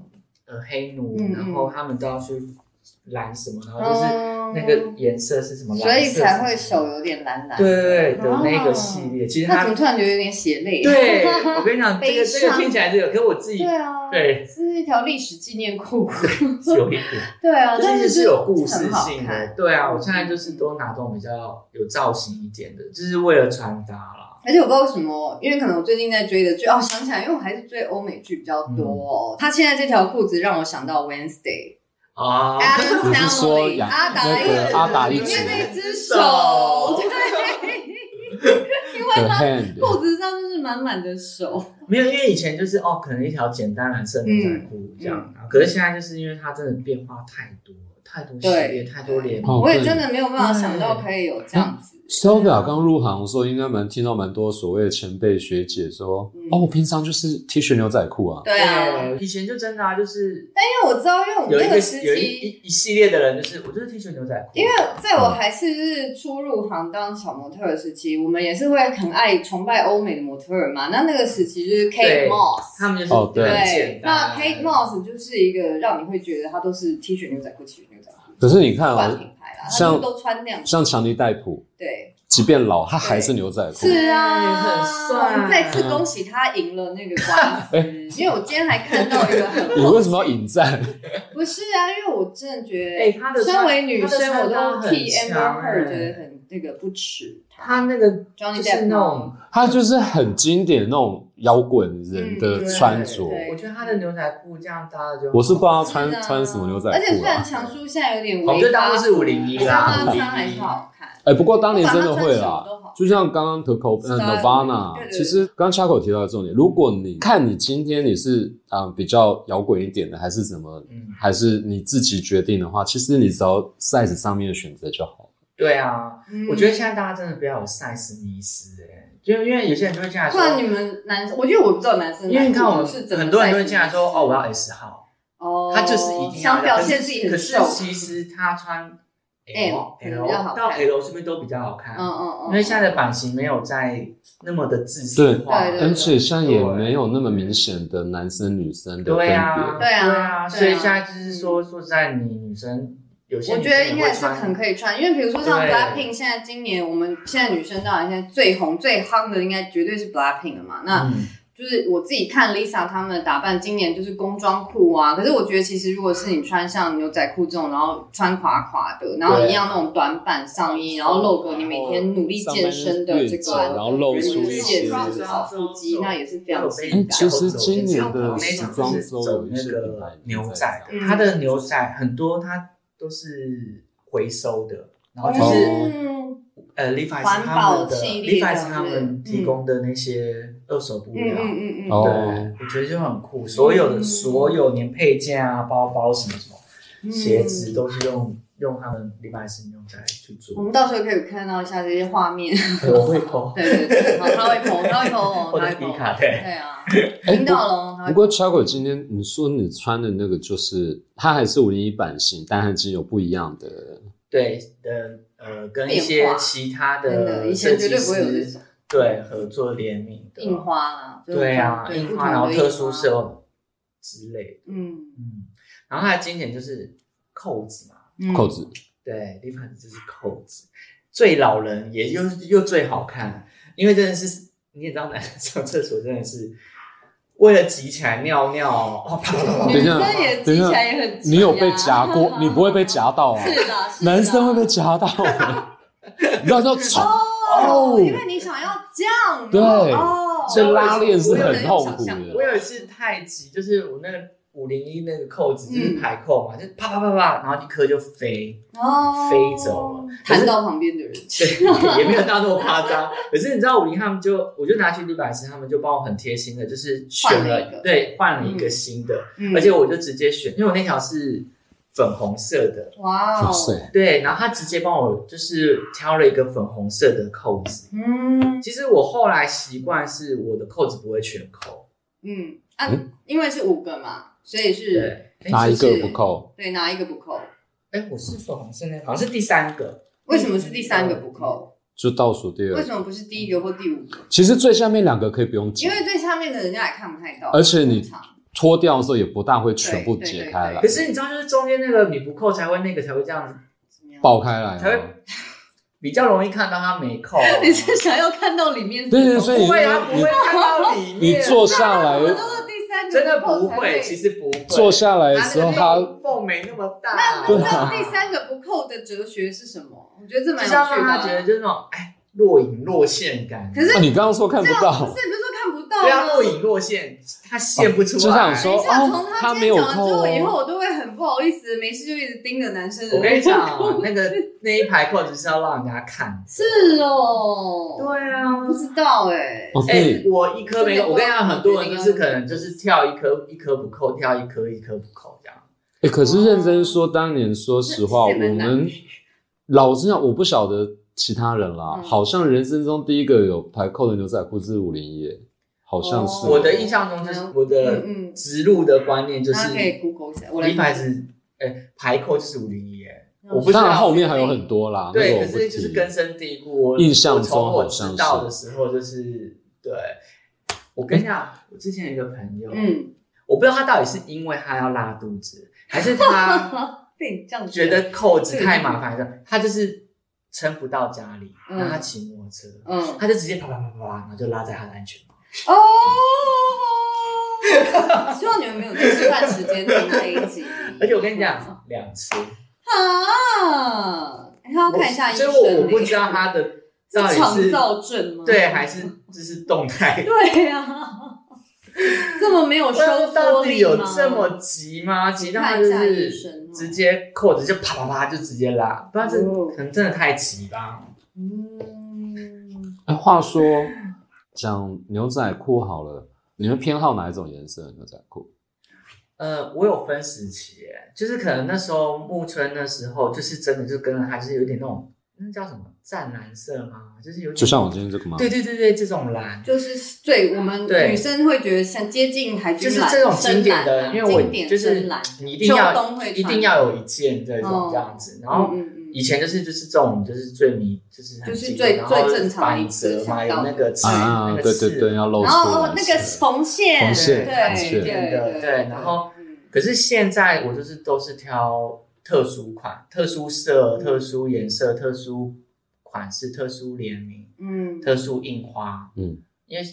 S3: 呃黑奴，
S2: 嗯嗯哦
S3: 然后他们都要去蓝什么，然后啊就是那个颜色是什么，蓝色
S2: 所以才会
S3: 是什么
S2: 手有点蓝蓝。
S3: 对对对的
S2: 哦
S3: 那个系列，其实
S2: 那
S3: 它
S2: 怎么突然觉得有点血泪？
S3: 对，我跟你讲，这
S2: 悲
S3: 个这个
S2: 伤
S3: 听起来这个，可是我自己
S2: 对啊，
S3: 对
S2: 是一条历史纪念裤。
S3: 有一点。
S2: 对啊，但
S3: 就是
S2: 是
S3: 有故事
S2: 很好
S3: 性的
S2: 看。嗯
S3: 对啊，我现在就是都拿这种比较有造型一点的，就是为了穿搭啦。
S2: 而且我不知道为什么，因为可能我最近在追的剧哦，想起来，因为我还是追欧美剧比较多、
S3: 嗯
S2: 哦。他现在这条裤子让我想到 Wednesday，
S3: 啊，
S2: Adam's
S4: 你是说
S2: Family，
S4: 养
S2: 阿达
S4: 那个
S2: 一族
S4: 阿达
S2: 里
S4: 一族
S2: 面那只手
S3: 手，
S2: 对，因为
S4: The
S2: 他
S4: Hand，
S2: 裤子上就是满满的手，
S3: 没有，因为以前就是哦，可能一条简单蓝色牛仔裤
S2: 嗯
S3: 这样，可是现在就是因为它真的变化太多，太多系列，
S2: 对
S3: 太多联
S4: 哦
S3: 名，
S2: 我也真的没有办法想到可以有这样子。
S4: Sylvia 刚入行的时候，应该蛮听到蛮多所谓的前辈学姐说，
S2: 嗯
S4: 哦，我平常就是 T 恤牛仔裤啊，
S2: 对啊，因
S3: 以前就真的啊，就是
S2: 为我知道，因为我们
S3: 有一
S2: 那
S3: 个
S2: 个时
S3: 有一一
S2: 期，
S3: 一系列的人，就是我就是 T 恤牛仔裤，
S2: 因为在
S4: 嗯
S2: 我还是就是初入行当小模特儿时期，我们也是会很爱崇拜欧美的模特儿嘛。那那个时期就是 Kate
S3: 对
S2: Moss，
S3: 他们就是
S4: 哦对
S3: 很简
S2: 那
S3: 单
S2: Kate Moss 就是一个让你会觉得她都是 T 恤牛仔裤、T 恤牛仔裤，
S4: 可是你看
S2: 不管
S4: 啊，
S2: 品牌啦，她
S4: 像
S2: 就是都穿那样。
S4: 像强尼戴普，
S2: 对，
S4: 即便老，他还是牛仔裤。
S2: 是啊，
S3: 很帅
S2: 再次恭喜她赢了那个官
S4: 哎
S2: 司，因为我今天还看到一个很，
S4: 你为什么要引战？
S2: 不是啊，因为我真的觉
S3: 哎，
S2: 得，
S3: 他的
S2: 身
S3: 穿
S2: 为女生，我都替 Amber
S3: 他的穿搭很
S2: Heard
S3: 强
S2: 觉得
S3: 哎
S2: 很那个不耻她。
S3: 他那个
S2: Johnny
S3: 就
S2: Depp
S3: 是那种，
S4: 他就是很经典那种摇滚人
S2: 嗯
S4: 的
S2: 对
S4: 穿着。
S2: 对
S3: 我觉得他的牛仔裤这样搭的就，
S4: 我是不知道他穿、
S2: 是啊
S4: 穿什么牛仔
S2: 而且
S4: 裤
S2: 虽然
S4: 啊。
S2: 强叔现在有点
S3: 我们
S2: 微
S3: 就
S2: 发
S3: 当
S2: 福，
S3: 做是501啦
S2: 但她穿还是好看。
S4: 哎、不过当年
S2: 不管
S4: 真
S2: 他
S4: 的
S2: 穿
S4: 会啊
S2: 什么
S4: 啦
S2: 都好，
S4: 就像刚刚 Coco 呃
S2: Style
S4: Nirvana，
S2: 对对对
S4: 其实刚刚 Chaco 提到的重点，如果你看你今天你是啊、呃比较摇滚一点的，还是怎么，
S3: 嗯，
S4: 还是你自己决定的话，其实你只要 size 上面的选择就好。
S3: 对啊，
S2: 嗯
S3: 我觉得现在大家真的不要有 size 迷失哎、欸，就因为有些人就会进来
S2: 不然你
S3: 说，
S2: 们男生，我觉得我不知道男生，
S3: 因为你看我们
S2: 是怎么
S3: 很多人就会进来
S2: 在
S3: 说，
S2: 意
S3: 哦，我要 S 号，
S2: 哦，
S3: 他就是一定要
S2: 想表现自己
S3: 可
S2: 很
S3: 是
S2: 瘦，
S3: 其实他穿
S2: M
S3: L
S2: 可能比较好看
S3: L 到 L 是不是都比较好看？
S2: 嗯嗯嗯，
S3: 因为现在的版型没有在那么的自
S4: 对
S3: 私化，
S2: 对对
S4: 而且现在也
S3: 对
S4: 没有那么明显的男生女生的分
S3: 对啊，
S4: 别。
S2: 对啊
S3: 啊，所以
S2: 对啊
S3: 现在就是说，说实在，你女生有些
S2: 我
S3: 女
S2: 觉
S3: 生
S2: 得
S3: 也
S2: 应
S3: 会
S2: 该是
S3: 穿
S2: 很可以穿，因为比如说像
S3: 对
S2: Blackpink，现在今年我们现在女生当然现在最红最夯的应该绝对是 Blackpink 了嘛，那。
S3: 嗯
S2: 就是我自己看 Lisa 她们的打扮，今年就是工装裤啊。可是我觉得，其实如果是你穿像牛仔裤这种，然后穿垮垮的，然后一样那种短版上衣，然后露个你每天努力健身的这
S4: 上班越紧然
S2: 个
S4: 后露
S2: 女
S4: 出
S2: 子
S4: 一
S2: 健
S4: 些
S2: 身的小腹肌，那也是非常性
S4: 嗯
S2: 感。
S4: 其实今年的
S3: 时
S4: 时
S3: 装
S4: 装
S3: 周
S4: 周
S3: 有
S4: 有
S3: 一
S4: 一
S3: 些
S4: 些
S3: 品
S4: 品
S3: 牌
S4: 牌
S3: 牛仔
S2: 嗯，
S3: 它的牛仔很多，它都是回收的，然后
S4: 哦
S3: 就是、
S2: 哦嗯
S3: 呃，Levi's
S2: 环
S3: 他们
S2: 保
S3: 的
S2: 系列的
S3: Levi's 他们提供的那些二手布
S2: 嗯
S3: 料。
S2: 嗯嗯嗯，
S4: 哦
S3: 对，我觉得就很酷，所有的、
S2: 嗯
S3: 所有连配件啊、包包什么什么，
S2: 嗯
S3: 鞋子。都是用用他们 Levi's 牛仔去
S2: 我
S3: 做。
S2: 们到时候可以看到一下这些画面。
S3: 我会抠，
S2: 对对对，好，他会捧，他会捧哦，
S3: 我
S2: 他
S3: 的
S2: 会
S3: 皮
S2: 捧。
S3: 卡对，
S2: 对啊，
S4: 哎
S2: 听到了哦，他会
S4: 不过 Chaco 今天你说你穿的那个就是它还是五零一版型，但它已经有不一样的。
S3: 对的，呃，跟一
S2: 变
S3: 些
S2: 化
S3: 其他
S2: 真
S3: 的
S4: 呃
S2: 的，以前绝对不会有
S3: 设计
S2: 这
S3: 师
S2: 种。
S3: 对合作联名的，
S2: 印花啦，就是
S3: 对啊，
S2: 对
S3: 印花，然后特殊，
S2: 不同的印花
S3: 色之类的，
S2: 嗯
S3: 嗯，然后它的经典就是扣子嘛，
S2: 嗯
S4: 扣子，
S3: 对，立凡就是扣子，最老人也又又最好看，因为真的是你也知道，男生上厕所真的是为了挤起来尿 尿，哦，啪啪啪啪啪
S4: 等一下
S2: 女生也
S4: 等
S2: 挤
S4: 一下
S2: 起来也很挤啊
S4: 你有被夹过，你不会被夹到啊？
S2: 是的，是的
S4: 男生会被夹到 啊，你知道叫冲
S2: 哦，因为你想要这样，
S4: 对
S2: 哦，
S4: 所以
S3: 我
S4: 拉链是
S3: 我有
S4: 很
S3: 点
S4: 痛苦
S2: 想象
S3: 我
S4: 的。
S3: 有一次太急，就是我那个五零一那个扣子就是
S2: 嗯
S3: 排扣嘛，就是啪啪啪啪，然后一颗就飞，
S2: 哦，
S3: 飞走了
S2: 弹到旁边的人，
S3: 对，也没有到那么夸张。可是你知道五零他们就，我就拿去绿百斯，他们就帮我很贴心的，就是选
S2: 换了一
S3: 了
S2: 个
S3: 对，换了一个新的，
S2: 嗯
S3: 而且我就直接选，因为我那条是粉红色的，
S2: 哇
S4: 哇
S2: 哦，
S4: 塞，
S3: 对，然后他直接帮我就是挑了一个粉红色的扣子。
S2: 嗯
S3: 其实我后来习惯是我的扣子不会全扣，
S2: 嗯啊，因为是五个嘛，所以是
S3: 对，
S4: 哪一
S2: 就
S4: 个
S2: 是
S4: 不扣？
S2: 对哪一个不扣？
S3: 哎，我是粉红色那个，好像是第三个，
S2: 为什么是第三个不扣？
S4: 就倒数第
S2: 为
S4: 二。
S2: 什么不是第一个或第五个？
S4: 其实最下面两个可以不用
S2: 因
S4: 剪，
S2: 为最下面的人家也看不太到，
S4: 而且你
S2: 通常
S4: 脱掉的时候也不大会全部
S2: 对对
S4: 解
S2: 对
S4: 开来
S3: 可，是你知道，就是中间那个你不扣才会那个才会这样子，
S2: 怎么样
S4: 爆开来
S3: 才会
S4: 嘛。
S3: 比较容易看到他没扣、啊。
S2: 你是想要看到里面是
S4: 对对
S2: 什么
S4: 所以
S3: 不会啊，不会看到里
S4: 你
S3: 面。
S4: 坐下来
S2: 我，们都是第三个
S3: 真的
S2: 不
S3: 不
S2: 扣才
S3: 会，其实不会。
S4: 坐下来的
S3: 啊
S4: 时候，
S3: 那个
S4: 它
S3: 缝没那么大。
S4: 对
S2: 那
S4: 啊
S2: 第三个不扣的哲学是什么？我觉得这蛮
S3: 就
S2: 有
S3: 是要让他觉
S2: 趣的
S3: 得
S2: 啊。
S3: 就是那种哎若隐若现感。
S2: 可是
S4: 啊，你刚刚说看不
S2: 这样不
S4: 到，
S2: 是你不是说看不到
S3: 对啊，若
S2: 吗？
S3: 隐若现，他现不出来。
S4: 就想说
S2: 等一下，从
S4: 哦
S2: 他
S4: 他
S2: 今
S4: 没
S2: 天
S4: 有
S2: 讲完之
S4: 扣
S2: 后，
S4: 哦
S2: 以后我都会很不好意思，没事就一直盯着男生的。
S3: 我跟你讲，哦那个那一排扣子是要让人家看。
S2: 是哦，
S3: 啊
S2: 不知道哎，
S4: 哦，
S3: 哎、
S4: 对，
S3: 我一颗没扣，我跟你讲，很多人就是可能就是跳一颗一颗不扣，跳一颗一颗不扣这样。
S4: 哎，可是认真说，当年说实话，我
S2: 这这也蛮难
S4: 们老实讲，我不晓得其他人啦
S2: 嗯，
S4: 好像人生中第一个有排扣的牛仔裤是五零一，好像是
S2: 哦
S3: 我的印象中就是我的
S2: 嗯嗯，
S3: 植入的观念就
S2: 大
S3: 是
S2: 家可以 Google 一下，我来嗯
S3: 理发是哎排扣就是五零一哎，我不知道
S4: 当然后面还有很多啦，啊那
S3: 对，
S4: 个
S3: 可
S4: 我不
S3: 是就是
S4: 提。
S3: 根深蒂固。我
S4: 印象中
S3: 我从我
S4: 好像
S3: 知
S4: 是
S3: 道的时候就是对。我跟你讲，我之前有一个朋友，
S2: 嗯，
S3: 我不知道他到底是因为他要拉肚子，还是他
S2: 被你这样
S3: 觉得扣子太麻烦了，他就是撑不到家里，
S2: 嗯
S3: 然后他骑摩托车，
S2: 嗯
S3: 他就直接啪啪啪啪啪，然后就拉在他的安全帽。
S2: 哦。希望你们没有在吃饭时间听这一集。
S3: 而且我跟你讲，两次，
S2: 啊，还要看一下医
S3: 所
S2: 生
S3: 以
S2: 欸。
S3: 我我不知道他的到底
S2: 肠
S3: 是
S2: 燥症吗？
S3: 对还是就是动态。
S2: 对呀、这么没有
S3: 我
S2: 收
S3: 说
S2: 缩
S3: 到底
S2: 力吗？
S3: 有这么急吗？急到他
S2: 看
S3: 就
S2: 一下医
S3: 是
S2: 生哦
S3: 直接扣子就啪啪啪就直接拉，不知道这
S2: 哦
S3: 可能真的太急吧。
S2: 嗯，
S4: 哎，话说讲牛仔裤好了，你们偏好哪一种颜色的牛仔裤？
S3: 呃，我有分时期耶，就是可能那时候木村那时候就是真的就跟了，还是有点那种那叫什么湛蓝色吗？就是有点
S4: 就像我今天这个吗？
S3: 对对对对这种蓝，
S2: 就是对我们
S3: 对
S2: 女生会觉得像接近海
S3: 就
S2: 军
S3: 是
S2: 蓝、
S3: 这种经典
S2: 深
S3: 的，
S2: 蓝啊
S3: 因为
S2: 经
S3: 我
S2: 典
S3: 就是
S2: 深蓝，
S3: 你一定要
S2: 秋冬会穿
S3: 一定要有一件这种
S2: 哦
S3: 这样子，然后
S2: 嗯嗯嗯
S3: 以前就是就是这种就是最迷就是很
S2: 就是
S3: 经
S2: 最
S3: 典然后
S2: 最正常
S3: 反折嘛，
S2: 想
S3: 有
S2: 到
S3: 那个刺
S4: 啊
S3: 那，个
S4: 对
S3: 刺
S4: 对对，要露出
S2: 然后哦
S4: 来。
S2: 那个缝线，
S4: 缝线
S2: 对
S4: 缝线
S2: 对
S3: 对
S2: 对
S3: 对然后
S2: 嗯
S3: 可是现在我就是都是挑特殊款、特殊色、特殊颜色、特殊款式、特殊联名、
S2: 嗯，
S3: 特殊印花。
S4: 嗯，
S3: 因为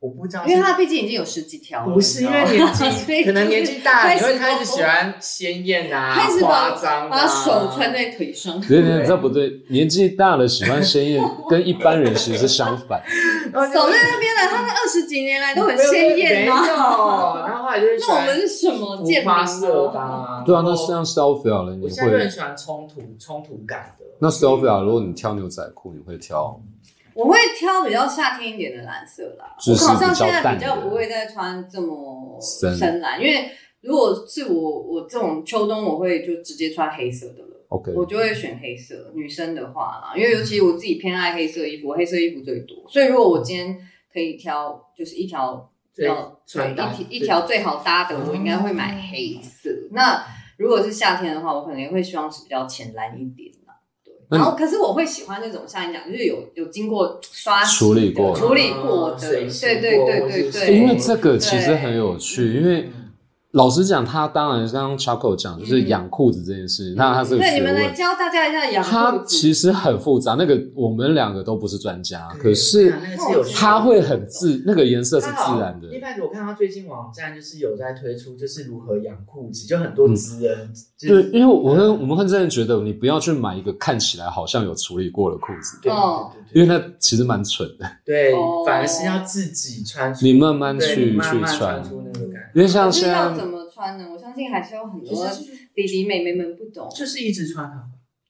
S3: 我不知道是，
S2: 因为它毕竟已经有十几条了，
S3: 不是
S2: 你
S3: 因
S2: 知道
S3: 为
S2: 吗
S3: 年
S2: 所以
S3: 纪，可能年纪大，
S2: 开
S3: 你
S2: 始哦
S3: 会开始喜欢鲜艳啊、
S2: 开始把
S3: 夸张啊，
S2: 把手穿在腿上，
S4: 对对，这不对，年纪大了喜欢鲜艳，跟一般人其实是相反。
S3: 然后就
S2: 走在那边的，他那二十几年来都很
S3: 没有
S2: 鲜艳
S3: 没有
S2: 呐。
S3: 然后后来就是喜
S2: 那我
S3: 欢
S2: 们是什么
S3: 浮
S2: 贱民
S3: 夸色的
S2: 啊？
S3: 啊，
S4: 对啊，
S3: 然后
S4: 那这样消费了，你
S3: 我现在就很
S4: 会
S3: 喜欢冲突冲突感的。
S4: 那消费了，如果你挑牛仔裤，你会挑
S2: 我会挑比较夏天一点的蓝色啦。
S4: 就
S2: 我
S4: 是
S2: 好像
S4: 比较
S2: 现在
S4: 淡
S2: 比
S4: 的
S2: 较不会再穿这么
S4: 深
S2: 深蓝，因为如果是我我这种秋冬，我会就直接穿黑色的了。
S4: OK，
S2: 我就会选黑色，女生的话啦，因为尤其我自己偏爱黑色衣服，我黑色衣服最多，所以如果我今天可以挑，就是一条
S3: 最
S2: 要
S3: 穿搭
S2: 对一一条最好搭的，我应该会买黑色。那如果是夏天的话，我可能也会希望是比较浅蓝一点啦。对，
S4: 那
S2: 然
S4: 你
S2: 后可是我会喜欢那种像你讲，就是有有经过刷洗
S4: 处理
S2: 的
S4: 过的
S2: 处理过的，
S3: 啊
S2: 对
S3: 水洗过
S2: 对对
S3: 或
S2: 对
S3: 是
S2: 对，
S4: 因为这个其实很有趣，因为老实讲，他当然像 Chaco 讲，就是养裤子这件事情，那他是个
S2: 对你
S4: 学
S2: 们来
S4: 问。
S2: 教大家一下养
S4: 它
S2: 裤子
S4: 其实很复杂，那个我们两个都不是专家，
S3: 对啊
S4: 可是
S3: 那个是有
S4: 它会很自，那个颜色是自然的
S3: 一开始我看到最近网站就是有在推出，就是如何养裤子，就很多职
S4: 嗯
S3: 人，就
S4: 对
S2: 嗯
S3: 是，
S4: 因为我跟我们会真的觉得，你不要去买一个看起来好像有处理过的裤子，
S3: 对
S2: 哦
S3: 对
S4: 因
S3: 对
S4: 为它其实蛮蠢的。
S3: 对，
S2: 哦
S3: 对反而是要自己穿出，
S4: 你慢慢
S3: 对
S4: 去
S3: 你慢慢穿
S4: 去穿
S3: 出那个感觉，
S4: 因为像
S2: 可是
S4: 现
S2: 要
S4: 在
S2: 怎么穿呢？我相信还是有很
S3: 就
S2: 多
S3: 是
S2: 弟弟妹妹们不懂，
S3: 就是一直穿啊，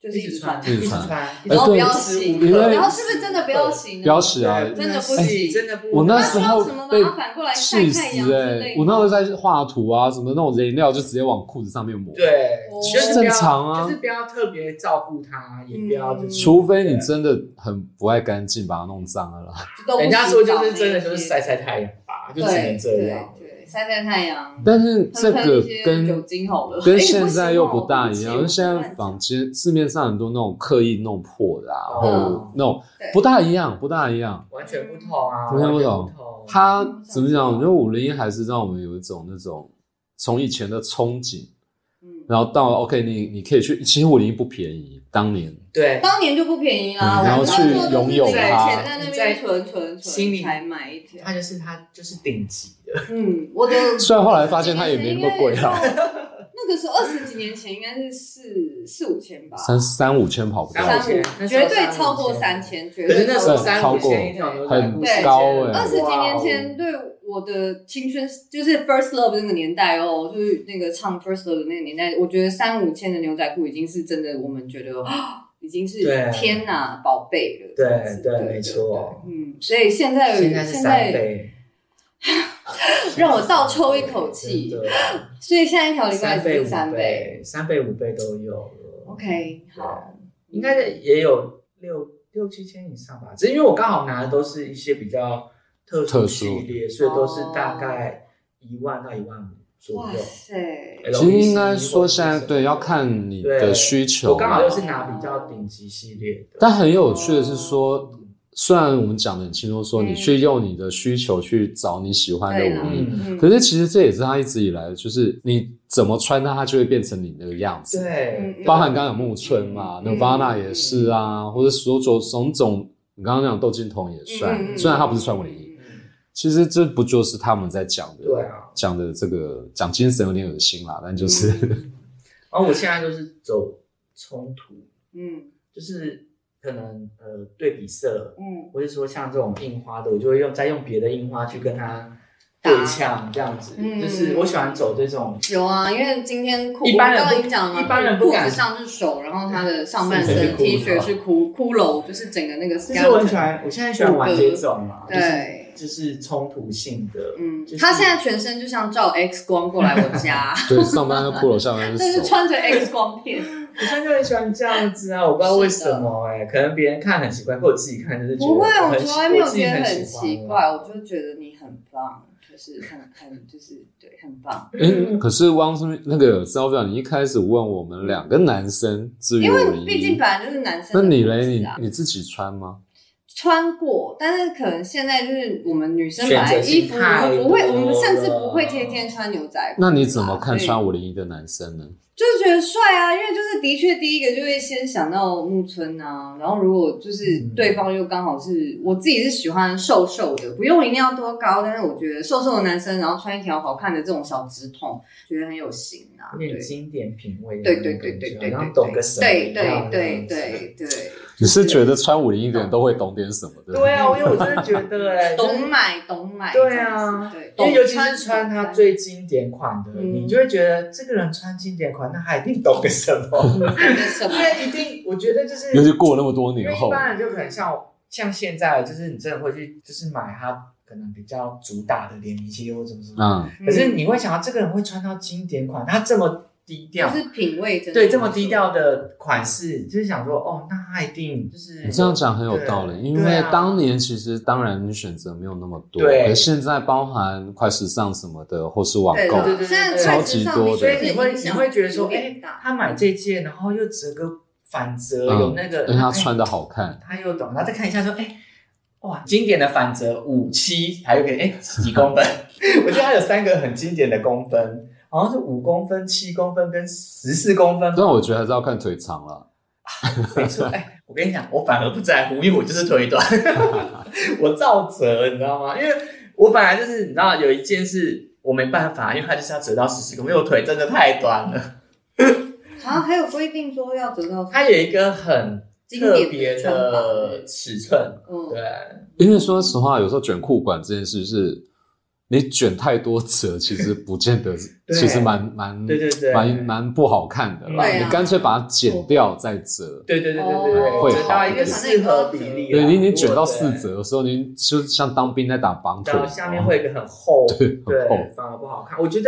S2: 就是一直穿
S3: 一直
S4: 一直穿哎
S3: 穿，
S2: 然后
S4: 呃对
S2: 不要
S3: 洗，
S2: 洗，
S4: 因为
S2: 然后是不是真的不要洗呢？
S4: 不要洗啊
S3: 对
S2: 真的不
S3: 能
S2: 行
S3: 真的不能。
S4: 我那
S2: 那
S4: 时
S2: 需
S4: 候
S2: 要什么把它反过来晒
S4: 气
S2: 太阳
S4: 死
S2: 之
S4: 哎、
S2: 类的
S4: 我那时候在画图啊，什么那种颜料就直接往裤子上面抹，
S3: 对
S2: 哦，
S3: 就是不要
S4: 正常啊
S3: 就是不要特别照顾它，也不要就是
S2: 嗯
S4: 除非你真的很不爱干净，把它弄脏了啦。
S2: 就都不洗
S3: 人家说就是真的就是
S2: 澡
S3: 晒晒太阳吧，就
S2: 那
S3: 只
S2: 些
S3: 能这样。
S2: 对对对，晒晒太阳，
S4: 但是这
S2: 喷喷
S4: 个
S2: 一些酒
S4: 跟
S2: 精好了，哎
S4: 跟
S2: 不行
S4: 现在又
S2: 哦
S4: 不大
S2: 对
S4: 一
S2: 起
S4: 样，
S2: 我
S4: 因为现在
S2: 乱讲哦
S4: 坊间市面上很多那种刻意弄破的啊，然后
S3: 嗯
S4: 那种
S2: 对
S4: 不大一样，不大一样。
S3: 完全不同啊，
S4: 完全不同
S3: 同
S4: 它怎么讲？我觉得五零一还是让我们有一种那种从以前的憧憬，
S2: 嗯，
S4: 然后到 OK，你你可以去，其实五零一不便宜，当年
S3: 对，
S2: 当年就不便宜啦，
S4: 嗯
S2: 我
S4: 然后
S2: 们那时候
S4: 去拥有
S2: 就是
S4: 它
S2: 钱在那边存存
S3: 心
S2: 存
S3: 里哎
S2: 才买一条。
S3: 它就是它就是顶级的，
S2: 嗯，我的
S4: 虽然后来发现它也没那么贵啊啦，
S2: 那个时候二十几年前应该是四四五千吧，
S4: 三三五千跑不掉，
S3: 三五千
S2: 五绝对超过三千，绝
S3: 可是
S2: 对
S3: 那时
S2: 超
S3: 候
S2: 过
S3: 三
S4: 超
S3: 五
S4: 过
S3: 千一条牛仔
S4: 很
S3: 裤，
S4: 高哎
S2: 二十几
S3: 哦
S2: 年前对我的青春就是 first love 那个年代哦，就是那个唱 first love 的那个年代，我觉得三五千的牛仔裤已经是真的，我们觉得啊已经是
S3: 对
S2: 天哪宝贝了。
S3: 对
S2: 这样子
S3: 对没错。
S2: 对对嗯，所以现在
S3: 现在是三倍，
S2: 让我倒抽一口气
S3: 真，的
S2: 所以现在一条礼拜
S3: 三倍
S2: 是
S3: 五
S2: 三倍。
S3: 倍，三倍五倍都有了。
S2: OK，
S3: 对啊
S2: 好，
S3: 应该是也有六六七千以上吧，只是因为我刚好拿的都是一些比较特殊
S4: 特殊
S3: 系列，所以都是大概一万到一万五左
S2: 哦哇
S3: 右。
S2: 塞，
S4: 其实应该说现在对要看你的
S3: 对
S4: 需
S3: 我
S4: 求
S3: 刚
S4: 啦
S3: 好，又是拿比较顶级系列的，
S4: 但很有趣的是说，虽然我们讲的很清楚，说
S2: 嗯
S4: 你去用你的需求去找你喜欢的
S2: 对啦
S4: 舞衣，
S3: 嗯，
S2: 嗯
S4: 可是其实这也是他一直以来的，就是你怎么穿它，它就会变成你那个样子。
S2: 嗯
S3: 对，
S4: 包含刚刚有木村嘛
S3: 嗯
S4: ，Nirvana 也是啊，或者所有种种，你刚刚讲窦靖童也
S2: 嗯
S4: 算，虽然他不是穿我的衣，其实这不就是他们在讲的？
S3: 对啊
S4: 讲的这个讲精神有点恶心啦，但就是、
S2: 嗯
S3: 然后我现在就是走冲突，
S2: 嗯
S3: 就是可能呃对比色，
S2: 嗯
S3: 或者说像这种印花的，我就会用再用别的印花去跟它对呛，这样子，
S2: 嗯
S3: 就是我喜欢走这种
S2: 有啊，因为今天裤，
S3: 一般人
S2: 我
S3: 不
S2: 刚刚已经讲了嘛，
S3: 一般人不
S2: 裤
S3: 敢
S2: 子上是手，然后他的上半
S3: 是
S2: 身
S3: 是
S2: T 恤
S3: 骷髅
S2: 是骷骷髅，就是整个那个 skeleton。
S3: 其实我很喜欢，我现在喜欢玩这种嘛，就是
S2: 对
S3: 就是冲突性的，
S2: 嗯
S3: 就，是
S2: 他现在全身就像照 X 光过来我 家，
S4: 对上班是骷髅，下班
S2: 但
S4: 是
S2: 是
S4: 手。
S2: 穿着 X 光片，
S3: 我现在就很喜欢这样子啊，我不知道为什么哎、可能别人看很奇怪，或者我自己看就是觉得
S2: 不会，啊我
S3: 很
S2: 从来没有
S3: 我自己
S2: 觉得
S3: 很
S2: 很
S3: 喜欢啊
S2: 奇怪，我就觉得你很棒，就是很很就是对，很棒。
S4: 哎、可是汪是那个 s y l v i a 你一开始问我们两个男生至于
S2: 因
S4: 我的
S2: 为
S4: 衣，
S2: 毕竟本来就是男生
S4: 那
S2: 的
S4: 你
S2: 裤
S4: 嘞，
S2: 子
S4: 你
S2: 啊
S4: 你自己穿吗？
S2: 穿过，但是可能现在就是我们女生本
S3: 选择
S2: 来衣服
S3: 性
S2: 我们不会，
S3: 太多
S2: 我们甚至不会
S3: 了
S2: 天天穿牛仔裤啊。
S4: 那你怎么看
S2: 所以
S4: 穿五零一的男生呢？
S2: 就是觉得帅啊，因为就是的确第一个就会先想到木村啊，然后如果就是对方又刚好是、我自己是喜欢瘦瘦的，不用一定要多高，但是我觉得瘦瘦的男生，然后穿一条好看的这种小直筒，觉得很有型啊，
S3: 有
S2: 对
S3: 点经典品味的
S2: 对
S3: 那
S2: 对
S3: 种感觉，
S2: 对对对，
S3: 然后懂个什么
S2: 对
S3: 一
S2: 对
S3: 样这
S2: 对
S3: 样子
S2: 对对，
S4: 你是觉得穿五零一
S2: 嗯
S4: 的人都会懂点什么的？
S3: 对啊，因为我真的觉得 哎、就是
S2: 懂买懂买，
S3: 对啊
S2: 对，
S3: 因为
S2: 懂
S3: 尤其是穿
S2: 懂
S3: 它最经典款的，
S2: 嗯
S3: 你就会觉得这个人穿经典款，那他一定懂个什 么，
S2: 懂得什
S3: 因
S2: 么，
S3: 为一定，我觉得就是
S4: 尤其过了那么多
S3: 因为
S4: 年
S3: 一
S4: 后，
S3: 般人就可能像像现在，就是你真的会去，就是买它可能比较主打的联名系列或怎么怎么。
S4: 嗯，
S3: 可是你会想到这个人会穿到经典款，他这么低调，
S2: 就是品味真的
S3: 对这么低，调的款式，就是想说哦，那他一定就是
S4: 你这样讲很有道理，
S3: 对
S4: 因
S3: 嗯对
S4: 为
S3: 啊
S4: 当年其实当然选择没有那么多，
S3: 对
S4: 可是现在包含快时尚什么的，或是网
S2: 对
S4: 购，
S3: 对
S2: 现在快时尚
S4: 超级多的
S3: 所以
S2: 的确
S3: 你会
S2: 影
S3: 你
S2: 响
S3: 会觉得说，
S2: 有
S3: 哎、
S2: 点大
S3: 他买这件，然后又折个反折，
S4: 嗯
S3: 有那个，
S4: 而且他
S3: 哎
S4: 穿的好看，
S3: 他又懂，然后再看一下说，哎、哇，经典的反折五七，还有给哎几公 分？我觉得它有三个很经典的公分，好像是五公分、七公分跟十四公分。
S4: 但我觉得还是要看腿长了。
S3: 没错，哎、我跟你讲，我反而不在乎，因为我就是腿短， 我照折，你知道吗？因为我本来就是，你知道有一件事我没办法，因为它就是要折到十四公分，因为我腿真的太短了。
S2: 好像还有规定说要得到
S3: 它有一个很
S2: 经
S3: 特
S2: 典
S3: 别
S2: 穿法
S3: 的尺寸，
S2: 嗯
S3: 对，
S4: 因为说实话，有时候卷裤管这件事是，你卷太多折，其实不见得，
S3: 对
S4: 其实蛮蛮
S3: 对对对，
S4: 嗯蛮蛮不好看的啦。
S3: 对
S2: 啊
S4: 你干脆把它剪掉再折。
S3: 对对对对对
S2: 哦
S3: 对，
S4: 会
S3: 折到一个适合比例啦。
S4: 对你，你
S3: 如果
S4: 卷到四，折的时候，你就像当兵在打绑腿
S3: 然后，啊下面会有一个很厚，
S4: 对很厚
S3: 反而不好看。我觉得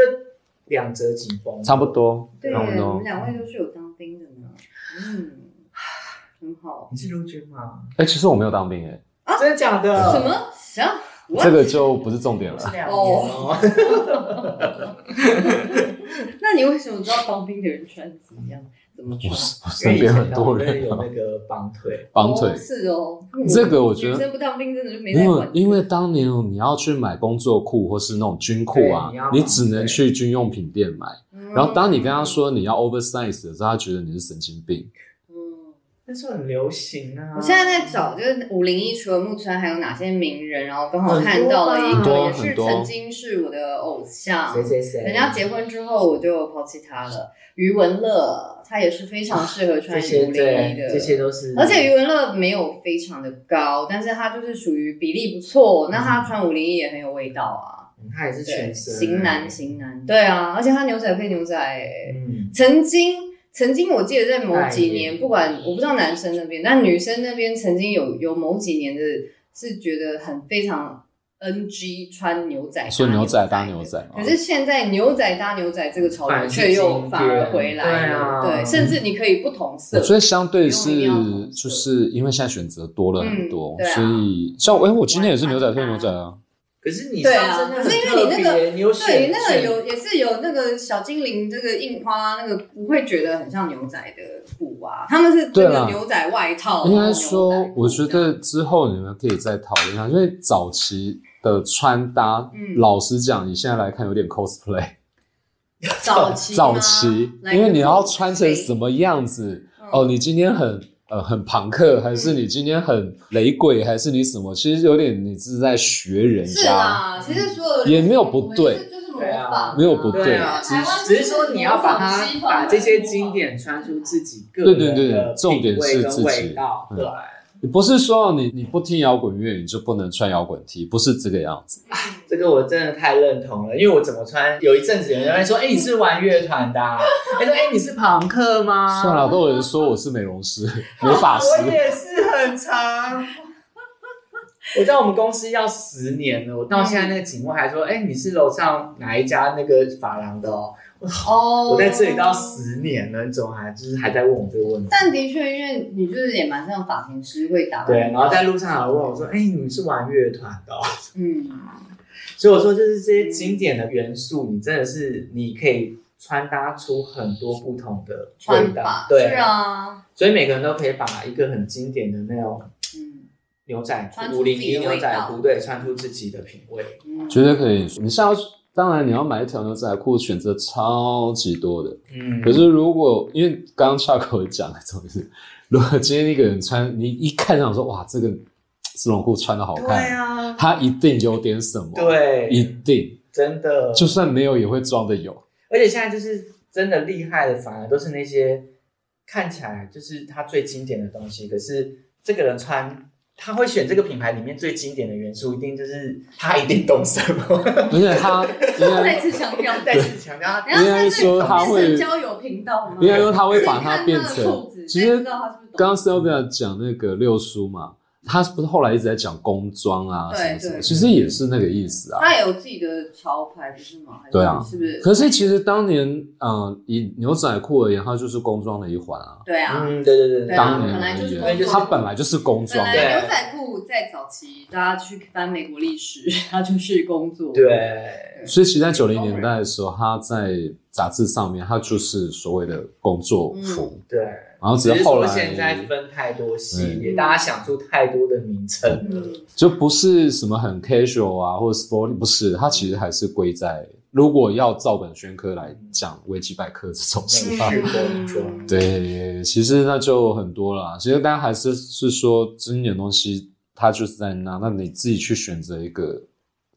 S3: 两折紧绷，
S4: 差不。多，
S2: 对
S4: 差不
S2: 耶，我
S4: 多
S2: 们。两位都是有当兵的呢，嗯，很好。
S3: 你是陆军吗？
S4: 哎，其实我没有当兵，哎，
S3: 真的假的？
S2: 什？么？啥？
S4: 这个就不是重点了
S3: 是。两年哦。
S2: 那你为什么知道当兵的人穿怎么样？怎么穿？
S4: 我身边很多
S3: 因为以前
S4: 人
S3: 有
S4: 啊
S3: 那个绑腿，
S4: 绑腿
S2: 哦，是哦，
S4: 这个我觉得
S2: 女生不当兵真的就没
S4: 因
S2: 在
S4: 为
S2: 管。
S4: 因为当年你要去买工作裤或是那种军裤啊
S3: 对你要，
S4: 你
S3: 绑
S4: 只能
S3: 对
S4: 去军用品店买。
S2: 嗯
S4: 然后当你跟他，说你要 oversize 的时候，他觉得你是神经病。
S2: 嗯，
S3: 那时候很流行啊。
S2: 我现在在找，就是五零一除了木村还有哪些名人，然后刚好看到了一
S3: 很
S2: 个
S4: 多
S2: 也
S4: 啊
S2: 是
S4: 很多
S2: 曾经是我的偶像
S3: 谁，谁谁，
S2: 人家结婚之后我就抛弃他了。余文乐，他也是非常适合穿
S3: 这
S2: 五
S3: 些
S2: 零一
S3: 对，
S2: 的，
S3: 这些都是，
S2: 而且余文乐没有非常的高，但是他就是属于比例不错，那他穿五零一也很有味道啊。
S3: 嗯他也嗯是
S2: 对，
S3: 全身
S2: 型男，型男，对啊，而且他牛仔配牛仔、
S3: 嗯，
S2: 曾经。曾经我记得在某几
S3: 哎
S2: 年，不管我不知道男生那边，但女生那边曾经有有某几年的是觉得很非常 NG 穿牛仔，
S4: 所以牛仔搭
S2: 的
S4: 牛仔哦嘛
S2: 可是现在牛仔搭牛仔这个潮
S3: 反
S2: 流
S3: 而是
S2: 却又
S3: 经典
S2: 反而回来了，
S3: 对啊
S2: 对，甚至你可以不同色
S4: 我，觉得相
S2: 不用
S4: 对
S2: 一
S4: 是
S2: 定要同，色
S4: 就是因为现在选择多了很
S2: 嗯，
S4: 多
S2: 对啊
S4: 所以像我，哎，我今天也是牛仔配牛仔啊，
S3: 可是你
S2: 对
S3: 上
S2: 啊
S3: 身那
S2: 可
S3: 很
S2: 是因为你那个
S3: 特别你有
S2: 对，
S3: 选
S2: 那个有也是有那个小精灵，这个印花那个不会觉得很像牛仔的布啊，他们是这
S4: 对
S2: 个
S4: 啦
S2: 牛仔外套。
S4: 应
S2: 然后哦
S4: 该
S2: 牛仔裤
S4: 说，我觉
S2: 这样
S4: 得之后你们可以再讨论一下，因为早期的穿搭，
S2: 嗯
S4: 老实讲，你现在来看有点 cosplay。
S2: 早期啊吗
S4: 早期，因为你要穿成什？么样子，
S2: 嗯
S4: 哦，你今天很呃很朋克，还是你今天很雷鬼，还是你什么？其实有点你是在学人
S2: 是
S4: 家，
S2: 啊，其实所有的
S4: 也没有不对
S2: 就是就是模仿，
S4: 没有不
S3: 对
S4: 对
S3: 啊，
S2: 台湾
S3: 只是说你要
S2: 模仿
S3: 把它
S2: 西方
S3: 把
S2: 的
S3: 这些经典穿出自己个
S4: 对
S3: 人
S4: 对对
S3: 的
S4: 重点
S3: 品味
S4: 是
S3: 跟
S4: 自己
S3: 味道，
S4: 嗯
S3: 对。啊
S4: 你不是说你你不听摇滚乐你就不能穿摇滚 T，不是这个样子。
S3: 这个我真的太认同了，因为我怎么穿，有一阵子有人会说，哎、你是玩乐团的、啊，哎、说哎、你是朋克
S2: 啊
S3: 吗？
S4: 算了，都有人说我是美容 师、美发师，
S3: 啊我也是很长。 我在我们公司要十年了，我到现在那个警卫还说，哎、你是楼上哪一家那个发廊的哦？
S2: 哦
S3: 我在这里到。十年了，你怎么还就是还在问我这个问题？
S2: 但的确，因为你就是也蛮像发型师会打扮，
S3: 对，然后在路上有人问我说，哎、你是玩乐团的、哦？
S2: 嗯，
S3: 所以我说，就是这些经典的元素，你真的是你可以穿搭出很多不同的味
S2: 穿
S3: 道
S2: 法，
S3: 对，
S2: 是，啊，
S3: 所以每个人都可以把一个很经典的那种
S2: 嗯
S3: 牛仔
S2: 穿
S3: 裤、
S2: 出
S3: 五
S2: 自
S3: 零
S2: 己
S3: 一
S2: 的
S3: 牛
S2: 味
S3: 仔
S2: 道
S3: 裤，对，穿出自己的品味。
S2: 嗯，
S4: 绝对可以。你像当然你要买一条牛仔裤，选择超级多的。
S3: 嗯，
S4: 可是如果因为刚刚 Chuck 有讲的重点是， 如果今天一个人穿，你一看上说哇，这个丝绒裤穿的好
S3: 对
S4: 看，
S3: 啊，
S4: 他一定有点什么，，一
S3: 对，
S4: 定，
S3: 真的，
S4: 就算没有也会装的有。
S3: 而且现在就是真的厉害的，反而都是那些看起来就是他最经典的东西，可是这个人穿。他会选这个品牌里面最经典的元素，一定就是他一定懂什 么。
S4: 而 且他应
S2: 嗯再
S4: 该
S2: 次强调，
S3: 但是强调他
S2: 然后
S4: 应该说他会
S2: 是交友频道吗？
S4: 应该说他会把它变
S2: 所以你看他的
S4: 成
S2: 裤，子所
S4: 其
S2: 以
S4: 实
S2: 知道他是不是懂
S4: 刚刚 Sylvia 讲那个六叔嘛，他不是后来一直在讲工装啊
S2: 对
S4: 什么什么，
S2: 对
S4: 其实也是那个意思啊。
S2: 他也有自己的潮牌，不是吗？还是
S4: 对啊
S2: 是不是？
S4: 可是其实当年，嗯、以牛仔裤而言，它就是工装的一环啊。
S2: 对啊，
S3: 嗯，对对对对，
S2: 对啊
S4: 当年
S2: 本来
S4: 而
S2: 就是
S3: 工
S4: 言，
S3: 装
S4: 它本来就是工
S2: 本
S4: 装的。
S2: 来牛仔裤在早期大家去翻美国历史， 它就是工作。嗯
S3: 对，
S4: 所以其实在九零年代的时候，他在杂志上面，他就是所谓的工
S2: 嗯
S4: 作服，
S3: 对，
S4: 然后
S3: 只
S4: 只
S3: 是
S4: 是后
S3: 说
S4: 来
S3: 现在分太多系列，
S2: 嗯
S3: 大家想出太多的名称了。
S2: 嗯，
S4: 就不是什么很 casual 啊，或者 sporty，不是，它其实还是归在如果要照本宣科来讲维基百科这种事
S3: 那
S4: 吧
S3: 个。
S2: 嗯
S3: 嗯，
S4: 对，其实那就很多啦。其实大家还是是说经典东西，它就是在那，那你自己去选择一个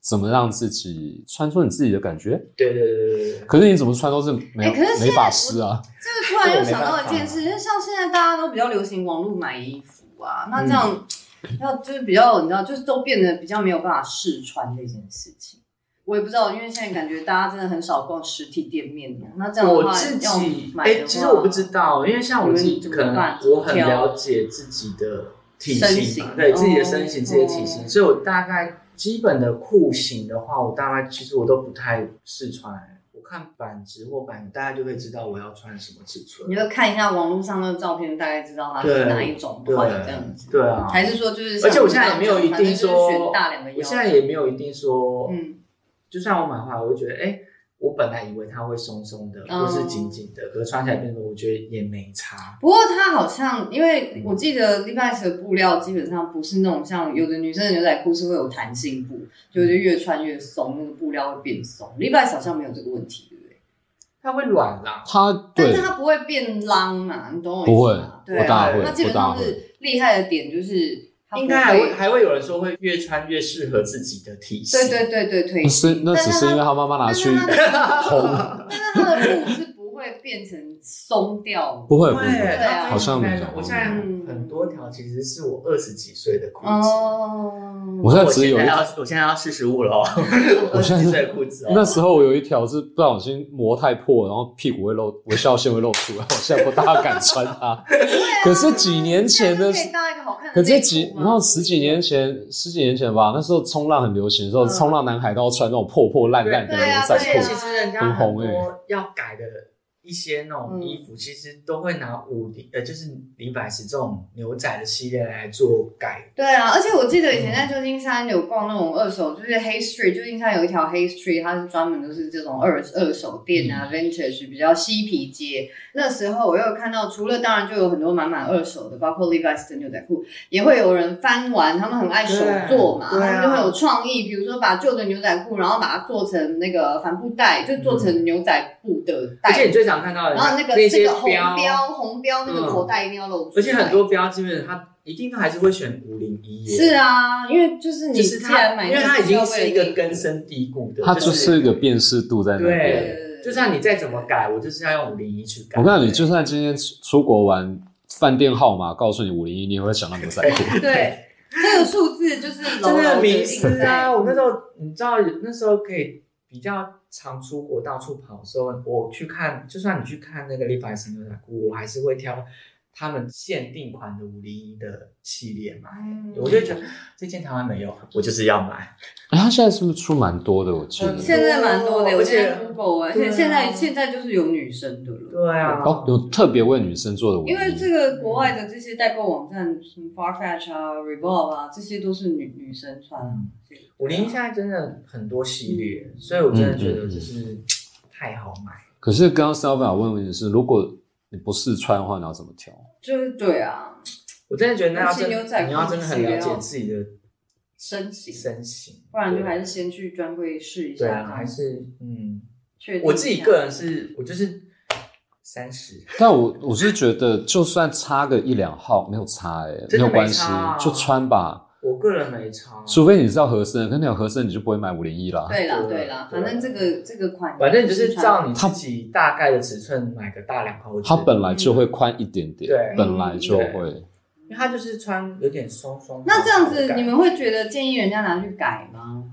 S4: 怎么让自己穿出你自己的感觉。
S3: 对对对对对，
S4: 可是你怎么穿都是没
S2: 哎
S4: 有、
S2: 可是现在
S4: 没法师啊。
S2: 这个突然又想到一件事，因为像现在大家都比较流行网络买衣服啊，那这样
S3: 嗯
S2: 要就是比较你知道，就是都变得比较没有办法试穿这件事情。我也不知道，因为现在感觉大家真的很少逛实体店面了。那这样的
S3: 我
S2: 话，
S3: 自
S2: 要
S3: 己
S2: 买
S3: 哎、
S2: 的话
S3: 其实我不知道，因为像我自己
S2: 你们
S3: 可能
S2: 怎么办
S3: 我很了解自己的体
S2: 身
S3: 型嘛，
S2: 形
S3: 对
S2: 哦
S3: 自己的身形、自己的体型，
S2: 哦
S3: 所以我大概基本的裤型的话，我大概其实我都不太试穿，我看版值或版，大概就会知道我要穿什么尺寸
S2: 你。就看一下网络上的照片，大概知道它
S3: 对
S2: 是哪一种
S3: 对
S2: 款这样子。
S3: 对啊
S2: 还是说就是像
S3: 而且我现在也没有一定
S2: 反正就是
S3: 说
S2: 选大两个，腰。
S3: 我现在也没有一定说，
S2: 嗯
S3: 就算我买回来，我会觉得，哎、我本来以为它会松松的，
S2: 哦
S3: 或是紧紧的，可是穿起来变得我觉得也没差。
S2: 不过它好像，因为我记得 Levi's 的布料基本上不是那种像有的女生的牛仔裤是会有弹性布，就是越穿越松，那个布料会变松。Levi's 好像没有这个问题，对不对？
S3: 它会软啦，
S4: 它
S2: 但
S4: 对
S2: 是它不会变浪嘛，你懂我意思吗？
S4: 不
S2: 对啊，
S4: 会不大
S3: 会
S2: 它基本
S4: 不
S2: 上
S4: 大会
S2: 是厉害的点就是它不
S3: 应该还会
S2: 会
S3: 还会有人说会越穿越适合自己的体型。
S2: 对对对对推
S4: 那是
S2: 进，
S4: 那只是因为
S2: 它
S4: 他妈妈拿啊去
S2: 但是它的
S4: 烘，
S2: 但是它的布是不会变成松掉的，
S4: 不会不
S3: 对，
S4: 会，
S2: 对啊
S4: 好像没有哦
S3: 我现在很多条其实是我二十几岁的裤子。
S2: 哦，
S4: 我现在只有
S3: 我
S4: 一
S3: 现在要我现在要四十五 了哦， 我二十几岁的裤子哦。
S4: 那时候我有一条是不小心磨太破，然后屁股会露，微笑线会露出来，我现在不大敢穿 它。可是几年前的
S2: 啊这样就可以当一个好看的内裤
S4: 可
S2: 吗，
S4: 这几，然后十几年前，十几年前吧，那时候冲浪很流行的时候，
S2: 嗯
S4: 冲浪男孩都要穿那种破破烂烂的
S2: 对啊
S4: 牛仔
S2: 对啊
S3: 而且
S4: 裤欸
S3: 其，实人家很多要改的一些那
S2: 嗯
S3: 种衣服，其实都会拿五零呃，就是李百石这种牛仔的系列来做改。
S2: 对啊，而且我记得
S3: 嗯
S2: 以前在旧金山有逛那种二手，就是黑 street，旧金山有一条黑 street，它是专门都是这种二二手店
S3: 嗯
S2: 啊、v i n t a g e 比较嬉皮街。那时候我又有看到，除了当然就有很多满满二手的，包括 Levi's 的牛仔裤，也会有人翻完，他们很爱手做嘛，
S3: 对对
S2: 他们
S3: 啊
S2: 就会有创意，比如说把旧的牛仔裤，然后把它做成那个帆布袋，就做成牛仔布的
S3: 嗯而且
S2: 袋
S3: 你。最常看到的
S2: 然后那个这
S3: 些
S2: 个红标，红标那个
S3: 嗯
S2: 口袋一定要露出来，
S3: 而且很多标基本上它一定都还是会选五零一耶。
S2: 是啊，因为就是你
S3: 就是
S2: 既
S3: 它
S2: 然，买，
S3: 因为它已经是一个根。深蒂固的，
S4: 它就是一个辨识度在那边。
S3: 对，就算你再怎么改，我就是要用五零一去改。
S4: 我告诉你，就算今天出出国玩，饭店号码告诉你五零一，你也会想到牛仔裤。
S2: 对这个数字就是牢
S3: 真
S2: 牢
S3: 的
S2: 地
S3: 迷
S2: 印
S3: 失
S2: 在
S3: 啊！我那时候你知道，那时候可以比较常出国到处跑的时候，我去看，就算你去看那个 Levi's 牛仔裤，我还是会挑他们限定款的五零一的系列买。
S2: 嗯
S3: 我就觉得这件台湾没有，我就是要买。
S4: 哎，它现在是不是出蛮多的？我记得
S3: 嗯
S2: 现在蛮多的，
S3: 而
S2: 我
S3: 且
S2: 现在 Google 啊，而
S3: 对
S2: 且
S3: 啊
S2: 现在现在就是有女生的了。
S3: 对啊，
S4: 哦，有特别为女生做的五零
S2: 因为
S4: 一
S2: 这。个国外的这些代购网站，什么 Farfetch 啊、Revolve 啊，这些都是女女生穿啊。
S3: 嗯五零一现在真的很多系列，
S2: 嗯
S3: 所以我真
S4: 嗯
S3: 的觉得就是太好买。
S4: 可是刚刚 s e l v a 问问题是，如果你不试穿的话，你要怎么挑？
S2: 就是对啊，
S3: 我真的觉得那要真
S2: 而且牛仔裤
S3: 你要真的很了解自己的
S2: 身形，
S3: 身形，
S2: 哦不然就还
S3: 对
S2: 是先去专柜试一下，
S3: 对
S2: 这
S3: 啊，
S2: 样
S3: 还是嗯。
S2: 确定一下。
S3: 我自己个人是，我就是三十，
S4: 但我我是觉得，就算差个一两号没有差哎、
S3: 真的
S4: 没有
S3: 没
S4: 关系
S3: 差啊，
S4: 就穿吧。
S3: 我个人没差，啊
S4: 除非你知道合身的，可是你有合身你就不会买五零一啦。
S2: 对啦
S3: 对啊
S2: 对啦，
S3: 对
S2: 反正这个这个款，
S3: 反正你就是照你
S4: 它
S3: 自己大概的尺寸买个大两号，我觉
S4: 它
S3: 得
S4: 本来就会宽一点点，
S3: 对
S4: 本来就会。
S3: 因为它就是穿有点松松。
S2: 那这样
S3: 好
S2: 子，
S3: 感
S2: 你们会觉得建议人家拿去改吗？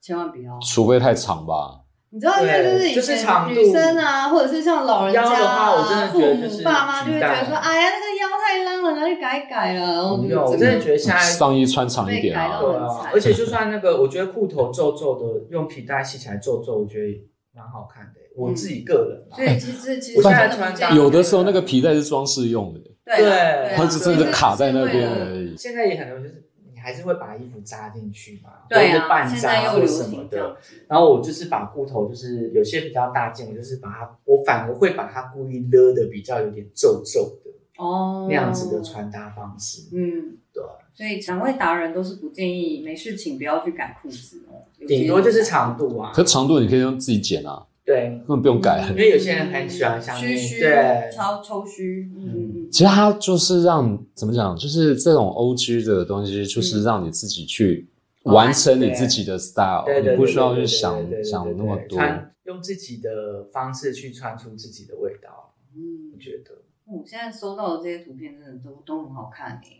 S2: 千万不要。
S4: 除非太长吧。
S2: 你知道，因为就是以
S3: 就是长
S2: 前
S3: 度
S2: 女生啊，或者是像老人家
S3: 腰的
S2: 啊、
S3: 话我真的
S2: 父
S3: 觉得
S2: 母、
S3: 就是
S2: 爸妈就会觉得
S3: 取
S2: 说，
S3: 代
S2: 哎呀，那个腰太浪了，拿去改一改了。哦然后
S3: 不
S2: 就
S3: 用，我真的觉得现在。
S4: 上衣穿长一点啊
S2: 被改。到
S3: 对
S2: 很
S3: 啊
S2: 惨，
S3: 而且就算那个，我觉得裤头皱皱的，用皮带系起来皱皱，我觉得蛮好看的。欸我自己个人
S2: 嗯
S3: 啊，
S2: 所以其实其实
S3: 我现
S2: 真
S3: 在
S2: 的
S3: 穿
S2: 不
S3: 搭
S2: 建议
S4: 有的时候那个皮带是装饰用的，
S2: 对
S3: 对
S2: 对啊，啊
S4: 它
S3: 或
S4: 是真的卡在那边
S2: 就是为了
S4: 而已。
S3: 现在也很多就是你还是会把衣服扎进去嘛，
S2: 对
S3: 或者
S2: 啊，
S3: 半
S2: 现
S3: 扎
S2: 在又
S3: 或
S2: 流
S3: 什么
S2: 行这
S3: 的
S2: 样，子。
S3: 然后我就是把骨头，就是有些比较大件，我就是把它，我反而会把它故意勒的比较有点皱皱的
S2: 哦，
S3: 那样子的。穿搭方式。
S2: 嗯，
S3: 对，啊
S2: 所以两位达人都是不建议没事请不要去改裤子哦，有些
S3: 顶多就是长度啊，
S4: 可长度你可以用自己剪啊，
S3: 对，
S4: 根本不用改
S3: 因。为有些人很喜欢像
S2: 虚虚，
S3: 对
S2: 超抽虚，嗯嗯嗯，
S4: 其实它就是让怎么讲，就是这种 O G 的东西，
S2: 嗯
S4: 就是让你自己去完成你自己的 style，
S3: 对对对
S4: 你不需要
S3: 对
S4: 去
S3: 对
S4: 想
S3: 对对对
S4: 想那么
S3: 对
S4: 多。
S3: 穿用自己的方式去穿出自己的味道，我
S2: 嗯，
S3: 觉得，
S2: 我现在收到的这些图片真的都都很好看欸诶、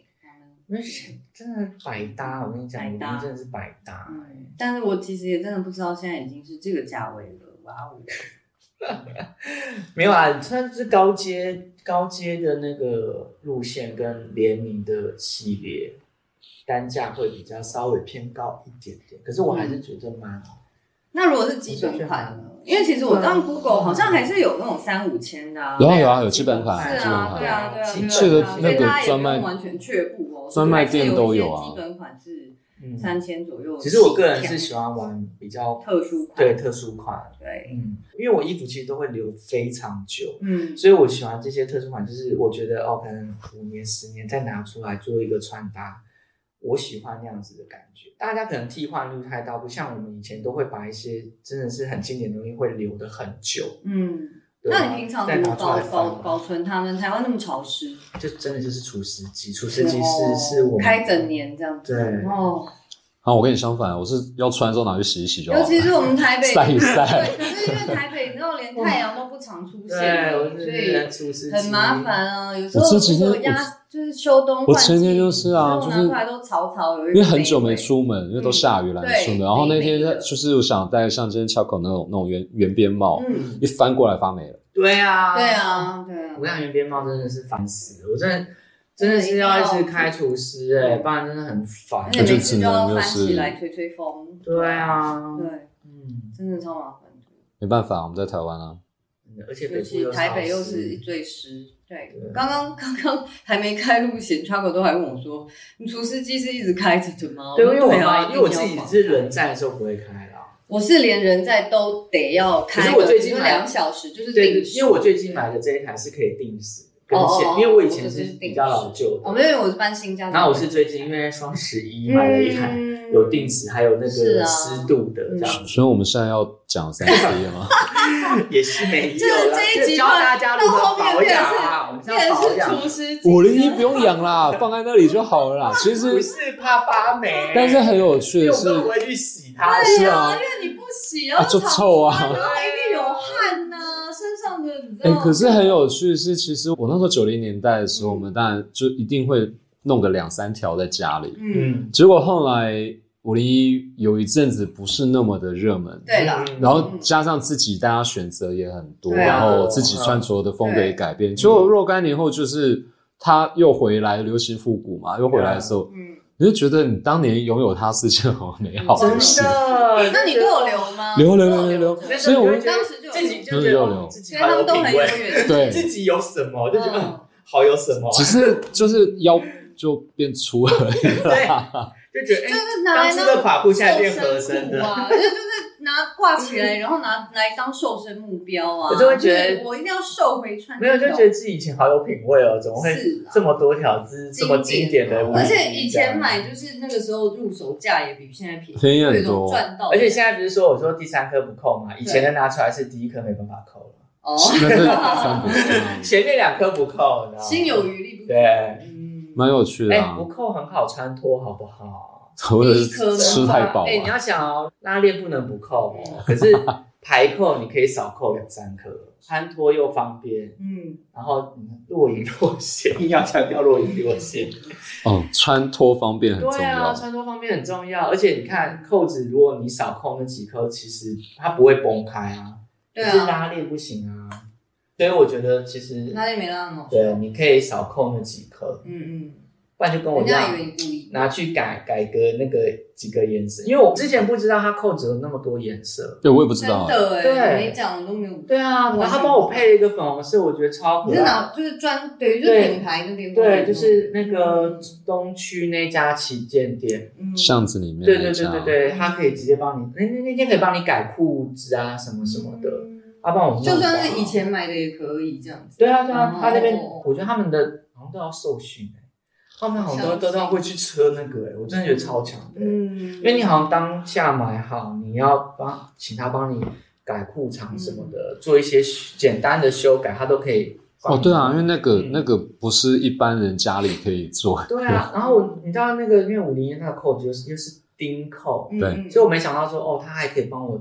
S3: 因为真的百搭，我跟你讲，
S2: 百
S3: 我
S2: 搭
S3: 们真的是百搭，
S2: 嗯，但是我其实也真的不知道现在已经是这个价位了，哇哦！
S3: 没有啊，它是高阶高阶的那个路线跟联名的系列，单价会比较稍微偏高一点点，可是我还是觉得蛮、
S2: 那如果是基本款呢？因为其实我
S3: 啊
S2: 当 Google 好像还是有那种三五千的、啊，
S4: 有啊有啊有基本款，
S2: 是
S4: 基本
S2: 啊，对
S4: 款。
S2: 啊，对啊，对啊，
S3: 基本款
S2: 对啊
S4: 这个
S2: 所以
S4: 那个
S2: 大家也
S4: 专
S2: 不
S4: 卖
S2: 用完全却步哦，
S4: 专卖店都有啊
S2: 基本款是
S3: 嗯
S2: 三千左右。
S3: 其实我个人是喜欢玩比较
S2: 特殊款，
S3: 对特殊款，
S2: 对，
S3: 嗯，因为我衣服其实都会留非常久，
S2: 嗯
S3: 所以我喜欢这些特殊款，就是我觉得哦，可能五年、十年再拿出来做一个穿搭，我喜欢那样子的感觉。大家可能替换率太大，不像我们以前都会把一些真的是很经典的东西会留的很久。
S2: 嗯。
S3: 对啊
S2: 那
S3: 吧
S2: 你平常
S3: 再
S2: 怎么
S3: 拿出
S2: 保
S3: 来
S2: 保
S3: 翻
S2: 保存它们？台湾那么潮湿，
S3: 就真的就是除湿机，除湿机
S2: 哦
S3: 是是我们
S2: 开整年这样子。
S3: 对
S2: 哦，
S4: 啊，我跟你相反，我是要穿的时候拿去洗一
S3: 啊
S4: 洗就好
S2: 尤
S4: 了，
S2: 其是我们台 北，
S4: 晒一晒。
S2: 对，可是因为台北之后连太阳都不常出现
S3: 对，我
S2: 了，所以
S3: 是除湿机
S2: 很麻。烦啊。有时
S4: 我
S2: 候
S4: 这几天
S2: 如果压就是秋冬换季，
S4: 我前天就是啊，
S2: 所
S4: 就
S2: 以我
S4: 是
S2: 拿出来都潮潮，有一
S4: 因为
S2: 种
S4: 很久
S2: 霉
S4: 没
S2: 味。
S4: 出门，因为都下雨懒得
S2: 嗯
S4: 出
S2: 对
S4: 门。然后那
S2: 没
S4: 天
S2: 没的
S4: 就是我想戴像今天 Chaco 那种那种圆圆边帽，
S2: 嗯，
S4: 一翻过来发霉了。
S3: 对啊，
S2: 对。啊，对啊
S3: 我。想圆边帽真的是烦死了，我真的真的是要一直开除湿哎、不然真的很烦
S2: 而。且
S4: 那就
S2: 每
S4: 只
S2: 次
S4: 能
S2: 都要
S4: 就
S2: 翻
S4: 是
S2: 起来吹吹风。
S3: 对，啊，
S2: 对，
S3: 嗯，
S2: 真的超麻烦的。
S4: 没办法，我们在台湾啊，
S3: 而且
S2: 尤
S3: 北部
S2: 其
S3: 又
S2: 台北
S3: 潮
S2: 又
S3: 湿
S2: 是最湿。对
S3: 对，
S2: 刚刚刚刚还没开录前 t r a c o 都还问我说：“你除湿机是一直开着的吗？”
S3: 对，因
S2: 说
S3: 为我
S2: 啊
S3: 妈，因为我
S2: 一定
S3: 自
S2: 要
S3: 己
S2: 关
S3: 是人在的时候不会开啦。
S2: 我是连人在都得要开
S3: 可
S2: 个，
S3: 是我最近
S2: 比如
S3: 买
S2: 两小时就是
S3: 对，
S2: 定时，
S3: 因为我最近买的这一台是可以定时跟
S2: 哦哦
S3: 线
S2: 哦，
S3: 因为我以前
S2: 我就是是定
S3: 比较老旧
S2: 我
S3: 的。
S2: 们因为我是搬新家，嗯
S3: 然后我是最近因为双十一买了一台有定时，还有那
S2: 是
S3: 个
S2: 啊
S3: 湿度的这样，
S4: 所以我们现在要讲三十页吗？
S3: 也是没
S2: 就是
S3: 有啦
S2: 这一集
S3: 教大家如
S2: 到
S3: 何
S2: 后面
S3: 保
S2: 变
S3: 养
S2: 成
S3: 啊，我们是
S2: 变
S3: 要
S2: 成
S3: 保
S2: 是
S3: 养
S2: 厨，师机，
S4: 我的衣不用养啦，放在那里就好了啦。其
S3: 不
S4: 实，
S3: 是怕发霉，
S4: 但是很有趣
S3: 因为
S4: 的
S3: 我们
S4: 是，
S3: 都不会去洗它，
S4: 是
S2: 对
S4: 啊
S2: 啊，因为你不洗，然
S4: 啊
S2: 后
S4: 就臭啊
S2: 常穿然后一定有汗呐，身上的你知
S4: 哎、
S2: 道，
S4: 可是很有趣的是，其实我那时候九零年代的时候，
S2: 嗯
S4: 我们当然就一定会弄个两三条在家里。
S2: 嗯，
S3: 嗯，
S4: 结果后来五零一有一阵子不是那么的热门，
S2: 对啦，
S3: 嗯
S4: 然后加上自己大家选择也很多，
S2: 对啊
S4: 然后自己穿着的风格也改变。结果若干年后，就是它又回来流行复古嘛，又回来的时候，
S2: 嗯，
S4: 你就觉得你当年拥有它是件很美好
S3: 真
S4: 的事。
S3: 的，
S2: 那你都有留吗？
S4: 留留
S2: 你都
S4: 留
S2: 有
S4: 留
S2: 着
S4: 留，
S3: 那
S4: 所以我
S3: 就觉得
S2: 当时就有
S3: 自己就
S4: 就是
S3: 觉
S4: 有
S3: 得哦
S4: 留
S3: 自己
S2: 因为他
S3: 好有
S2: 们都
S3: 品
S2: 很有
S3: 味，
S2: 远，
S4: 对
S3: 自己有什么 就觉得嗯
S2: 嗯，
S3: 好有什么啊，
S4: 只是就是腰就变粗了而已
S3: 对
S4: 啦。，
S3: 就觉得
S2: 就
S3: 哎，
S2: 是拿
S3: 当
S2: 来
S3: 初
S2: 当
S3: 的垮裤现在变合
S2: 啊瘦身
S3: 身
S2: 裤
S3: 的，
S2: 啊，就就是拿挂起来，然后拿来当瘦身目标啊。
S3: 我就会觉得
S2: 就是我一定要瘦回穿这
S3: 没
S2: 种。啊
S3: 有就觉得自己以前好有品味哦，怎么会
S2: 是啊
S3: 这么多条这这么经典的舞衣？
S2: 而且以前
S3: 这样，
S2: 买就是那个时候入手价也比现在便宜，
S4: 便宜很多
S2: 有一种赚到的。
S3: 而且现在不是说我说第三颗不扣嘛，以前的拿出来是第一颗没办法扣了，
S2: 哦，
S4: 那是三不像
S3: 前面两颗不扣，你知道吗
S2: 心有余力不足。
S3: 对，啊
S2: 嗯，
S4: 蛮有趣的、
S3: 哎，
S4: 啊
S3: 不，扣很好穿脱，好不好？
S4: 或者
S2: 一颗的
S4: 是吃太饱啊
S3: 哎、你
S4: 了、
S3: 要想哦，拉链不能不扣 哦，可是排扣你可以少扣两三颗，穿脱又方便，
S2: 嗯，
S3: 然后嗯若隐若现，硬要强调若隐若现。
S4: 嗯，穿脱方便很重
S3: 对
S4: 要。
S3: 啊，穿脱方面很重要，而且你看扣子，如果你少扣那几颗，其实它不会崩开啊，
S2: 对
S3: 可是
S2: 啊，
S3: 拉链不行啊，所以我觉得其实
S2: 哪里没让哦？
S3: 对，啊你可以少扣那几颗，
S2: 嗯
S3: 不然就
S2: 嗯，
S3: 跟我
S2: 人
S3: 一
S2: 家
S3: 样
S2: 以。为你故意。
S3: 拿去改改革那个几个颜色，因为我之前不知道它扣子有那么多颜色，
S4: 对，我也不知
S2: 真
S4: 道、哎
S2: 的哎、
S3: 对
S2: 你没讲我都没有。
S3: 对啊，
S2: 完全
S3: 然后他帮我配了一个粉红色，我觉得超
S2: 你
S3: 可
S2: 是
S3: 爱。
S2: 哪就是专对，就是品牌那边
S3: 对，就是那个东区那家旗舰店，
S2: 嗯
S4: 巷子里面
S3: 对
S4: 那
S3: 对
S4: 家，
S3: 对对对，他可以直接帮你，那那那天可以帮你改裤子啊什么什么的，
S2: 嗯
S3: 他帮我弄到
S2: 就算是以，前买的也可以这样子。
S3: 对啊对啊
S2: 哦，
S3: 他那边我觉得他们的好像都要受训欸，他们好像都
S2: 受训
S3: 都要会去车那个欸，我真的觉得超强的欸，
S2: 嗯，
S3: 因为你好像当下买好，你要帮请他帮你改裤长什么
S2: 嗯
S3: 的，做一些简单的修改，他都可以帮
S4: 哦，
S3: 你。
S4: 对啊，因为那个、
S3: 嗯
S4: 那个不是一般人家里可以做，
S3: 对啊。然后我你知道那个，因为五零一那个扣子又是又是钉扣，
S2: 嗯
S4: 对
S2: 嗯
S3: 所以我没想到说哦，他还可以帮我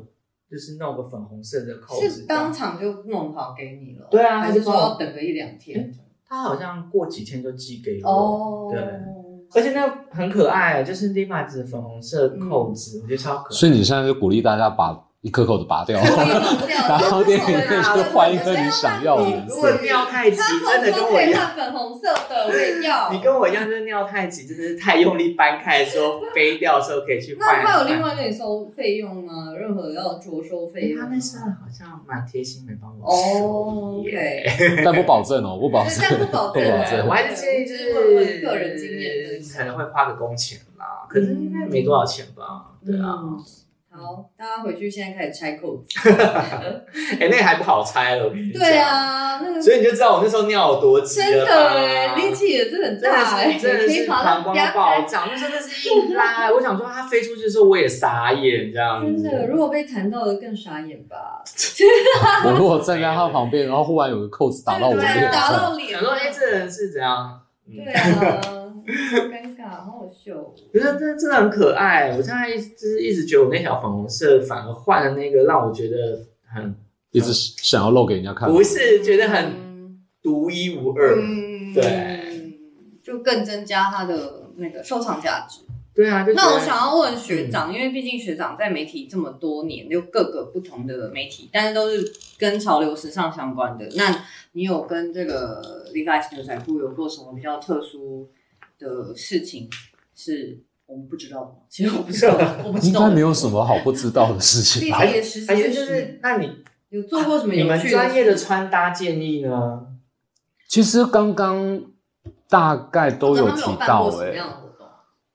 S3: 就是弄个粉红色的扣子。
S2: 是当场就弄好给你了，
S3: 对啊
S2: 还是说要等个一两天？
S3: 他好像过几天就寄给我。
S2: 哦，
S3: 对而且那个很可爱，啊就是立马子粉红色扣子，
S2: 嗯
S3: 我觉得超可爱。
S4: 所以你现在就鼓励大家把一颗扣子拔掉，然
S2: 然
S4: 后店里面就换一颗
S2: 个
S4: 你想要的颜
S3: 如
S4: 色
S3: 果。尿太急，真的跟我一样。
S2: 粉红色的我也要。
S3: 你跟我一样，就是尿太急，就是太用力掰开的时候飞掉的时候可以去
S2: 那
S3: 换。
S2: 他有另外跟你收费用吗？任何要着收费
S3: 诶，
S2: 用吗？
S3: 哎他那时候好像蛮贴心的帮
S2: 哦
S3: 我收耶。
S2: ，OK，
S4: 但不保证哦，不保
S2: 但
S4: 证，
S2: 不保
S4: 对
S2: 证
S4: 啊
S2: 啊，
S4: 对
S3: 我还是建议就
S2: 问问
S3: 是
S2: 个人经验的，
S3: 可能会花个工钱啦，可是应该没多少钱吧？对啊，
S2: 嗯好，大家回去现在开始拆扣 子。
S3: 哎、那个还不好猜了，我跟你讲
S2: 对，啊，那个
S3: 所以你就知道我那时候尿有多急
S2: 真的
S3: 了吧
S2: 哎，力气也是很
S3: 真的
S2: 大哎，
S3: 是真的
S2: 可
S3: 是
S2: 以跑
S3: 膀
S2: 到
S3: 胱
S2: 压
S3: 暴
S2: 开。
S3: 涨，那真的是一拉。我想说，它飞出去的时候我也傻眼，这样
S2: 真
S3: 子。
S2: 的，如果被弹到的更傻眼吧，
S4: 我如果站在他旁边，然后忽然有个扣子打到我的
S3: 对
S4: 脸
S2: 对啊打
S4: 上，
S2: 到脸，
S3: 想说，哎、这人是怎样？嗯
S2: 对啊，好尴尬，好好笑哦。
S3: 可是真的真的很可爱。我现在一就是一直觉得我那条粉红色反而换了那个，让我觉得很
S4: 一直想要露给人家看。
S3: 不是觉得很独一无二。
S2: 嗯，
S3: 对，
S2: 就更增加它的那个收藏价值。
S3: 对啊，就觉得嗯
S2: 那我想要问学长，因为毕竟学长在媒体这么多年，就各个不同的媒体，但是都是跟潮流时尚相关的。那你有跟这个 Levi's 牛仔裤有做什么比较特殊的事情？是我们不知道的吗？其实我不知 道，我不知
S4: 应
S2: 道
S4: 该。没有什么好不知道的事情啊
S2: 毕
S4: 吧？
S2: 竟也十几
S3: 还
S2: 年
S3: 是就是，那你
S2: 有做过什么
S3: 你
S2: 有
S3: 们
S2: 趣
S3: 专业的
S2: 事
S3: 穿搭建议呢？
S4: 其实刚刚大概都有
S2: 那他们
S4: 提
S2: 有办
S4: 到
S2: 过什
S3: 欸
S4: 哎、
S2: 么样的活动？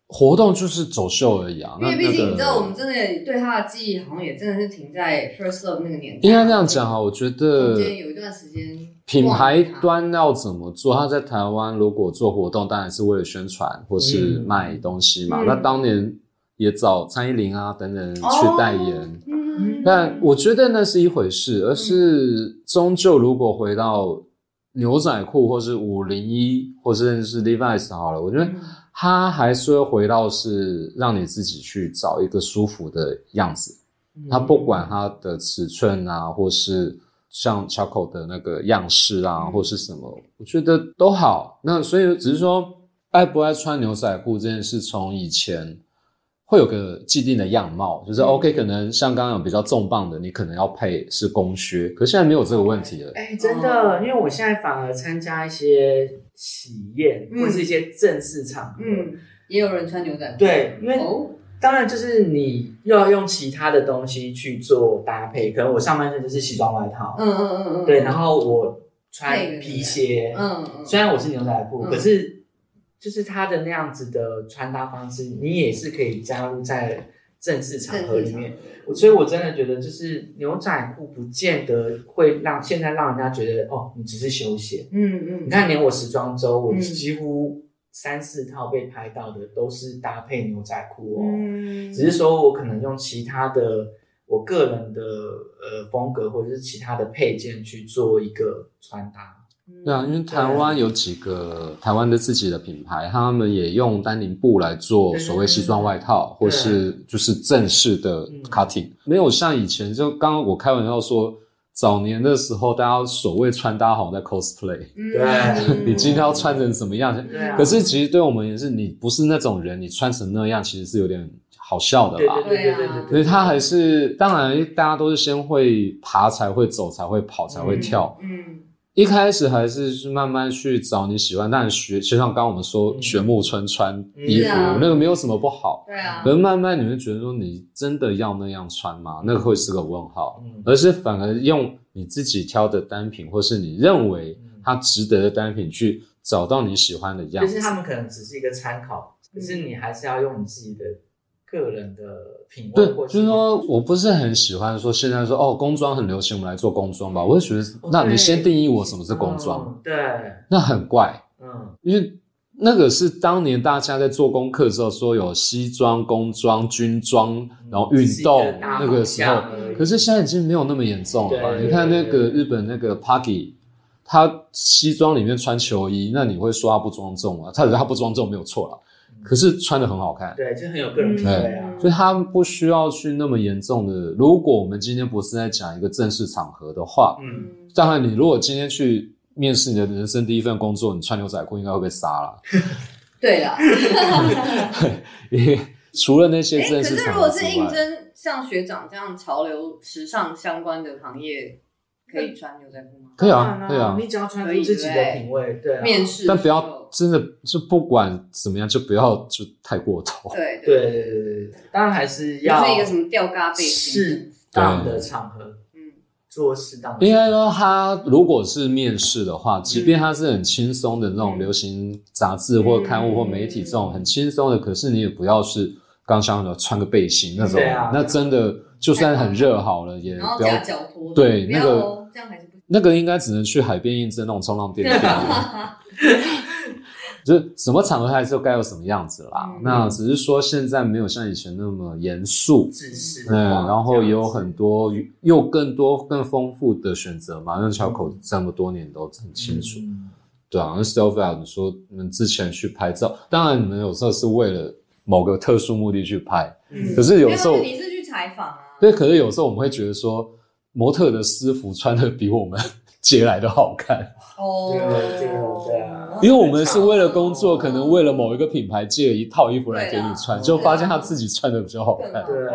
S4: 活动就是走秀而已啊。
S2: 因
S4: 那
S2: 为毕竟你知道，我们
S4: 那个
S2: 真的对他的记忆好像也真的是停在 first love 那个年代。
S4: 应该这样讲啊，我觉
S2: 中
S4: 得
S2: 间有一段时间，
S4: 品牌端要怎么做？他在台湾如果做活动，当然是为了宣传或是卖东西嘛。
S2: 嗯
S4: 那当年也找蔡依林啊等等
S2: 哦
S4: 去代言，
S2: 嗯，
S4: 但我觉得那是一回事，而是终究如果回到牛仔裤或是五零一，或甚至是 Levi's 好了，我觉得
S2: 嗯
S4: 它还是会回到是让你自己去找一个舒服的样子。
S3: 嗯
S4: 它不管它的尺寸啊，或是像 Choco 的那个样式啊，
S2: 嗯
S4: 或是什么，我觉得都好。那所以只是说，爱不爱穿牛仔裤这件事，从以前会有个既定的样貌，就是、
S3: 嗯
S4: OK，可能像刚刚有比较重磅的，你可能要配是工靴，可是现在没有这个问题了。
S3: 哎、真的，
S2: 哦
S3: 因为我现在反而参加一些喜宴、
S2: 嗯
S3: 或是一些正式场合，
S2: 嗯，也有人穿牛仔裤，
S3: 对，因为
S2: 哦，
S3: 当然就是你又要用其他的东西去做搭配，可能我上半身就是西装外套，
S2: 嗯嗯嗯嗯，
S3: 对，然后我穿
S2: 配
S3: 皮鞋，
S2: 嗯嗯，
S3: 虽然我是牛仔裤，
S2: 嗯
S3: 可是就是他的那样子的穿搭方式，你也是可以加入在正式场合里面。我所以，我真的觉得就是牛仔裤不见得会让现在让人家觉得哦，你只是休闲。
S2: 嗯嗯，
S3: 你看，连我时装周，我
S2: 嗯
S3: 几乎三四套被拍到的都是搭配牛仔裤哦。
S2: 嗯，
S3: 只是说我可能用其他的我个人的呃风格或者是其他的配件去做一个穿搭。
S4: 对啊，因为台湾有几个台湾的自己的品牌，他们也用丹宁布来做所谓西装外
S3: 嗯
S4: 套，
S3: 对嗯
S4: 或是就是正式的 cutting，没有像以前就刚刚我开玩笑说，早年的时候大家所谓穿搭好像在 cosplay，
S3: 对
S4: 你今天要穿成什么样？
S3: 对啊
S4: 可是其实对我们也是，你不是那种人，你穿成那样其实是有点好笑的
S3: 对
S4: 啦。
S3: 对对对对对
S4: 所以他还是，当然大家都是先会爬才会走才会跑才会跳，
S2: 嗯
S4: 一开始还是去慢慢去找你喜欢，但学就像刚刚我们说
S3: 嗯
S4: 学木村穿衣服、
S2: 是啊
S4: 那个没有什么不好，
S2: 对啊
S4: 可，是慢慢你会觉得说你真的要那样穿吗？那个会是个问号，
S3: 嗯
S4: 而是反而用你自己挑的单品，或是你认为
S3: 嗯
S4: 它值得的单品去找到你喜欢的样
S3: 就
S4: 子
S3: 是。他们可能只是一个参考，可是
S2: 嗯
S3: 你还是要用你自己的个人的品味
S4: 对，
S3: 或
S4: 就是说我不是很喜欢说现在说哦工装很流行，我们来做工装吧。我会觉得，
S3: 哦
S4: 那你先定义我什么是工装，
S3: 嗯对，
S4: 那很怪。
S3: 嗯，
S4: 因为那个是当年大家在做功课的时候说有西装、工装、军装，然后运
S3: 只是一
S4: 动
S3: 个大
S4: 那
S3: 方
S4: 个时候
S3: 向，而已
S4: 可是现在已经没有那么严重了吧？
S3: 对
S4: 你看那个日本那个 Paggy，他西装里面穿球衣，那你会说他不庄重吗？他他不庄重没有错啦，可是穿的很好看。
S3: 嗯对，就很有个人品味啊
S2: 嗯，
S4: 所以他不需要去那么严重的。如果我们今天不是在讲一个正式场合的话，
S3: 嗯，
S4: 当然你如果今天去面试你的人生第一份工作，你穿牛仔裤应该会被杀了。
S2: 对啦。
S4: 因为除了那些
S2: 哎，
S4: 正
S2: 可
S4: 式
S2: 是
S4: 场
S2: 如
S4: 合
S2: 果
S4: 之
S2: 是应
S4: 外，
S2: 征像学长这样潮流时尚相关的行业，可以穿牛仔裤吗？
S4: 可以
S3: 当然
S4: 啊，
S3: 啦
S4: 可以啊，
S3: 你只要穿出自己的品味，对啊，
S2: 面试的
S4: 但不
S2: 时候
S4: 要真的就不管怎么样，就不要就太过头。
S2: 对
S3: 对，对对对对，当然还是
S2: 就
S3: 要
S2: 是一个什么吊嘎背心，
S3: 适当的场合
S2: 嗯，
S3: 做适当的
S4: 应该说，他如果是面试的
S2: 嗯
S4: 话，即便他是很轻松的那种流行杂志或刊物或媒体这种很轻
S2: 嗯
S4: 松的，可是你也不要是刚想的穿个背心那种
S3: 对啊，
S4: 那真的就算很热好了，也
S2: 然后
S4: 不要
S2: 加脚托的，
S4: 对
S2: 不要
S4: 那个
S2: 哦这样还是不行。
S4: 那个应该只能去海边应征那种冲浪店店员， 就是什么场合还是该有什么样子啦。
S2: 嗯
S4: 那只是说现在没有像以前那么严肃，
S3: 制式化。
S4: 嗯，然后也有
S3: 这样子
S4: 很多又更多更丰富的选择嘛。那小口这么多年都很清楚，
S3: 嗯
S4: 对啊。那 Sylvia，你说你们之前去拍照，当然你们有时候是为了某个特殊目的去拍，
S2: 嗯
S4: 可是有
S2: 没
S4: 时候
S2: 因为你是去采访啊，
S4: 对，可是有时候我们会觉得说，模特的私服穿的比我们 借来的好看，
S2: 哦，
S3: 对对对啊
S4: 因为我们是为了工作，可能为了某一个品牌借了一套衣服来给你穿，
S3: 对啊
S4: 就发现他自己穿的比较好
S2: 更
S4: 看
S2: 好。
S3: 嗯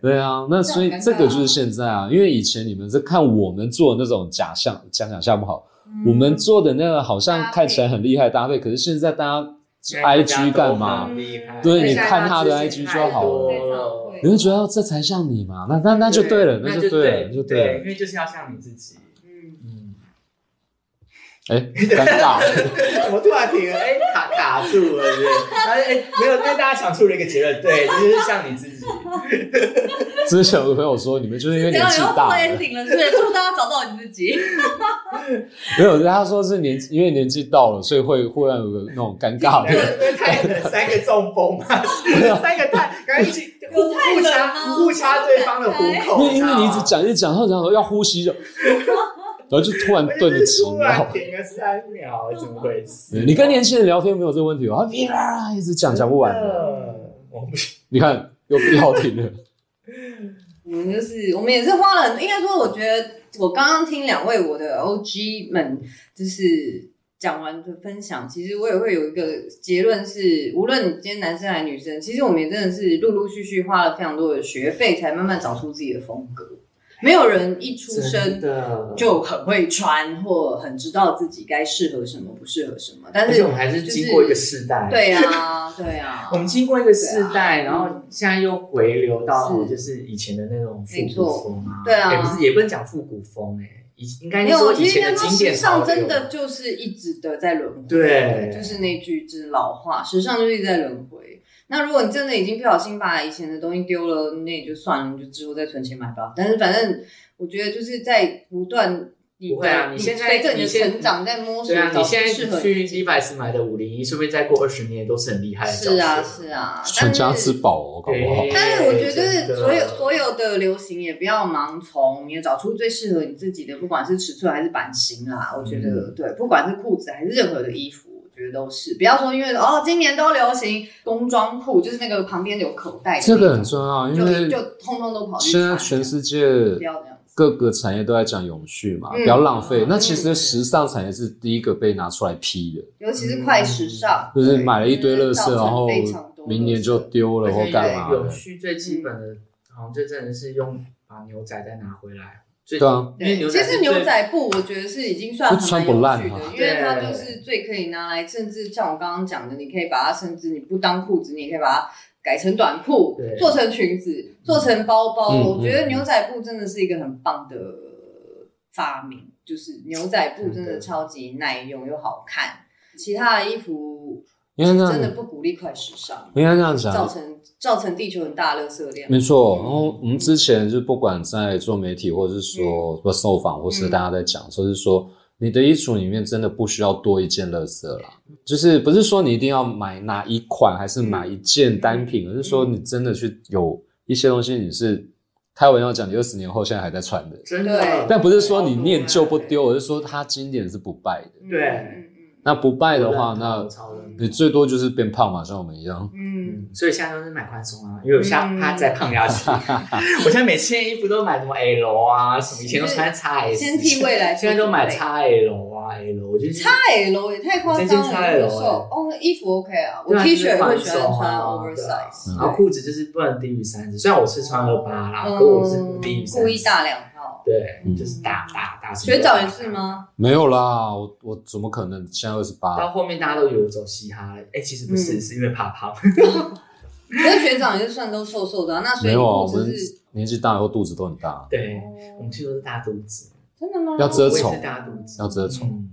S3: 对，
S4: 对啊，那所以
S2: 这
S4: 这
S2: 样很尴尬啊
S4: 个就是现在啊，因为以前你们是看我们做的那种假象，假想象不好，
S2: 嗯
S4: 我们做的那个好像
S2: 搭配
S4: 看起来很厉害的搭配，可是现在大家
S3: 现在大家
S4: IG 干
S3: 都嗯
S4: 嘛
S3: 很？厉害
S4: 对
S2: 而且
S4: 你看他的
S2: 还要
S4: IG
S2: 自信
S4: 就好了
S2: 太多
S4: 你会觉得这才像你嘛？那那那就对了，那就对了，那就对
S3: 对，
S4: 了
S3: 因。为就是要像你自己。
S2: 嗯，
S3: 嗯，
S4: 哎，尴尬。
S3: 我突然停了，哎，卡卡住了，是不是？但是哎，没有，因为大家想出了一个结论，对，就是像你自己。
S4: 之前有个朋友说，你们就是因为
S2: 这
S4: 年
S2: 样
S4: 纪
S2: 你要
S4: 大
S2: 做
S4: 了，
S2: ending 了，是不 是？祝大家找到你自己。
S4: 没有，他说是年纪因为年纪到了，所以会忽然有个那种尴尬
S3: 对，
S4: 的。
S3: 因为太冷，三个中风嘛，三个太，赶紧去互
S2: 有太
S3: 互
S2: 冷
S3: 掐
S2: 吗
S3: 互掐对方的虎
S4: 因
S3: 口，
S4: 为因为你一直
S3: 知道吗，
S4: 讲一直讲，然后讲说要呼吸就，然后就突然
S3: 我就
S4: 顿了
S3: 是
S4: 几
S3: 突
S4: 秒
S3: 然。停了三秒，怎么回事？
S4: 你跟年轻人聊天没有这个问题哦，啊啦一直讲讲不完
S3: 真
S4: 的。
S3: 的，我不是
S4: 你看又要停 了，
S2: 我们就是，我们也是花了很，应该说，我觉得我刚刚听两位我的 OG 们就是讲完的分享，其实我也会有一个结论是，无论你今天男生还是女生，其实我们也真的是陆陆续续花了非常多的学费，才慢慢找出自己的风格。没有人一出生
S3: 的
S2: 就很会穿，或很知道自己该适合什么，不适合什么。但
S3: 而
S2: 是
S3: 且我，们还是经过一个世代，，
S2: 对啊，对啊，
S3: 我们经过一个世代，
S2: 对啊
S3: 然后现在又回流到
S2: 是
S3: 就是以前的那种复
S2: 没
S3: 古
S2: 错
S3: 风啊，
S2: 对啊
S3: 也不是也不能讲复古风哎，以应该
S2: 没
S3: 是
S2: 有，
S3: 说
S2: 其
S3: 以
S2: 实应
S3: 前
S2: 该
S3: 的
S2: 说
S3: 经
S2: 时
S3: 典
S2: 尚
S3: 潮
S2: 真
S3: 流，
S2: 的就是一直的在轮回，
S3: 对
S2: 就是那句就是老话，时尚就是一直在轮回。那如果你真的已经不小心把以前的东西丢了，那也就算了，你就之后再存钱买吧。但是反正我觉得就是在不断你
S3: 不会啊
S2: 的
S3: 你现在
S2: 随着你
S3: 你
S2: 的
S3: 现
S2: 成长在摸索，
S3: 对啊，
S2: 找
S3: 你
S2: 出
S3: 现
S2: 适
S3: 在
S2: 合
S3: 去
S2: 自己
S3: Levi's 买的五零一，说不定再过二十年都是很厉害的角色。
S2: 是啊是啊，
S4: 全家
S2: 但是
S4: 吃饱哦，搞不好
S3: 对。
S2: 但是我觉
S3: 真
S4: 啊
S2: 得
S3: 的
S2: 所有所有的流行也不要盲从，你要找出最适合你自己的，不管是尺寸还是版型啦。我觉得、
S4: 嗯
S2: 对，不管是裤子还是任何的衣服，我觉得都是不要说因为哦今年都流行工装裤，就是那个旁边有口袋的
S4: 这
S2: 那种，
S4: 个很重要，因
S2: 就
S4: 为
S2: 就通通都跑去
S4: 现在
S2: 穿
S4: 全世
S2: 这样不
S4: 界
S2: 要这样子。
S4: 各个产业都在讲永续嘛，
S2: 嗯
S4: 不要浪费。那其
S2: 嗯
S4: 实时尚产业是第一个被拿出来批的，
S2: 尤其是快时尚，
S4: 嗯就是
S2: 对
S4: 买了一堆垃圾，
S2: 造
S4: 然
S2: 成
S4: 后
S2: 非常多
S4: 明年
S2: 垃圾
S4: 就丢了或干嘛
S3: 永
S4: 的。
S3: 续最基本
S2: 嗯
S3: 的，好像就真的是用把牛仔再拿回来。最
S4: 对啊，
S3: 因为牛
S2: 其
S3: 仔是
S2: 实
S3: 最
S2: 牛仔布我觉得是已经算还蛮有趣
S4: 就穿不烂
S2: 的
S4: 啊，
S2: 因为它就是最可以拿来，甚至像我刚刚讲的，你可以把它，甚至你不当裤子，你也可以把它改成短裤
S3: 对，
S2: 做成裙子，做成包包。
S4: 嗯
S2: 我觉得牛仔布真的是一个很棒的发明，就是牛仔布真的超级耐用又好看。其他的衣服
S4: 应该这
S2: 真的
S4: 样，
S2: 不鼓励快时尚，
S4: 应该这样
S2: 造
S4: 讲，
S2: 成造成地球很大的垃圾量。
S4: 没错。然后我们之前就不管在做媒体，或者是说
S2: 嗯
S4: 做受访，或是大家在讲，就是说你的衣橱里面真的不需要多一件垃圾啦。就是不是说你一定要买哪一款，还是
S2: 嗯
S4: 买一件单品，而是说你真的去有一些东西你是开玩笑讲，你二十年后现在还在穿的。
S3: 真
S2: 对
S3: 的，啊
S4: 但不是说你念旧不丢，而是说它经典是不败的。
S2: 嗯
S3: 对
S2: 嗯嗯
S4: 那不败
S3: 对啊
S4: 的话，
S3: 我
S4: 那
S3: 超认同
S4: 你最多就是变胖嘛，像我们一样。
S2: 嗯。
S3: 所以现在都是买宽松啊，因为我下
S2: 嗯
S3: 怕再胖下去。 我现在每次衣服都买什么 L 啊，什么以前都穿 XS，
S2: 先替未来做准备
S3: 现在都买 XL 啊 L，我就是
S2: 叉 L 也太夸张了，
S3: 真心 XL
S2: 我瘦哦，那衣服 OK 啊，我
S3: 对啊
S2: T 恤也会喜
S3: 就是
S2: 欢
S3: 宽松
S2: 穿
S3: 啊然后
S2: oversize，
S3: 裤子就是不能低于三十，虽然我是穿二八啦，
S2: 嗯，
S3: 可我是不低于三十。
S2: 故意大两号。
S3: 对，
S4: 嗯
S3: 就是大大大。
S2: 学长也是？吗？
S4: 没有啦，我我怎么可能现在二十八？
S3: 到后面大家都以为我走嘻哈了，哎、其实不是，
S2: 嗯
S3: 是因为怕胖。
S2: 可是学长也是算都瘦瘦的、啊，那所
S4: 没
S2: 以
S4: 有啊，我
S2: 肚
S4: 们
S2: 子是
S4: 年纪大以后肚子都很大，
S3: 对，我们
S2: 哦
S3: 据说是大肚子，
S2: 真的吗？
S4: 要遮
S3: 我也
S4: 丑
S3: 是大肚子，
S4: 要遮丑
S3: 嗯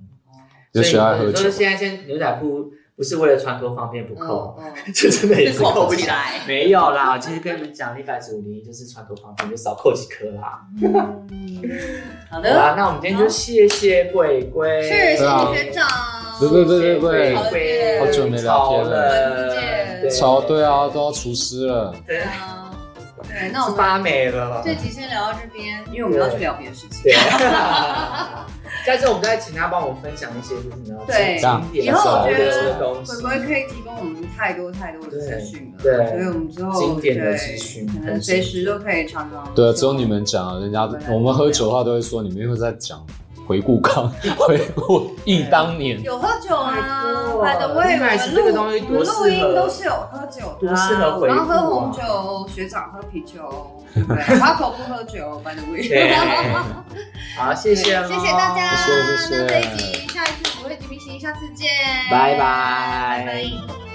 S4: 有喜爱
S3: 所
S4: 喝
S3: 以
S4: 酒
S3: 说。现在现在牛仔裤不是为了穿脱方便不
S2: 哦
S3: 扣，
S2: 哦，
S3: 这真的也是扣不起来。
S1: 来。
S3: 没有啦，我其实跟你们讲，一百五零一就是穿脱方便，就少扣几颗啦。
S2: 嗯好
S3: 好啦
S2: 的，，
S3: 那我们今天就谢谢鬼鬼，
S2: 是谢
S4: 对啊
S2: 谢学长，
S4: 对对对对对
S2: 好见
S4: 好久没聊天
S2: 了
S3: 对
S4: 超对啊，都要除湿了。
S3: 对，
S2: 啊对，那我们
S3: 发霉 了。
S2: 这集先聊到这边，因为我们要去聊别的事情。
S3: 对，下次我们再请他帮我们分享一些就是你知道
S2: 对
S3: 经典
S2: 以后我觉
S3: 的
S2: 得
S3: 东
S2: 鬼
S3: 西。
S2: 鬼可以提供我们太多太多的资讯了，
S3: 对对
S2: 所以我们之后
S3: 经典的
S2: 对
S3: 资讯
S2: 可能随时都可以常常。
S4: 对啊，只有你们讲啊，人家我们喝酒的话都会说你们又在讲回顾刚 回
S2: 啊
S4: 顾忆当年。
S2: 有喝酒啊
S3: 拜托
S2: ，by the way，我
S3: Levi's
S2: 们
S3: 这个
S2: 录
S3: 东西
S2: 我们
S3: 多适合
S2: 录音都是有喝酒的、
S3: 多适合
S2: 啊，我
S3: 回顾啊
S2: 刚喝红酒，学长喝啤酒，对，花口不喝酒，by the way。
S3: 对，好，谢谢
S2: 对
S3: 咯，
S2: 谢谢大家，
S4: 谢谢谢谢
S2: 那这一集下一次不会 G B C，下次见，
S3: 拜拜
S2: 拜拜。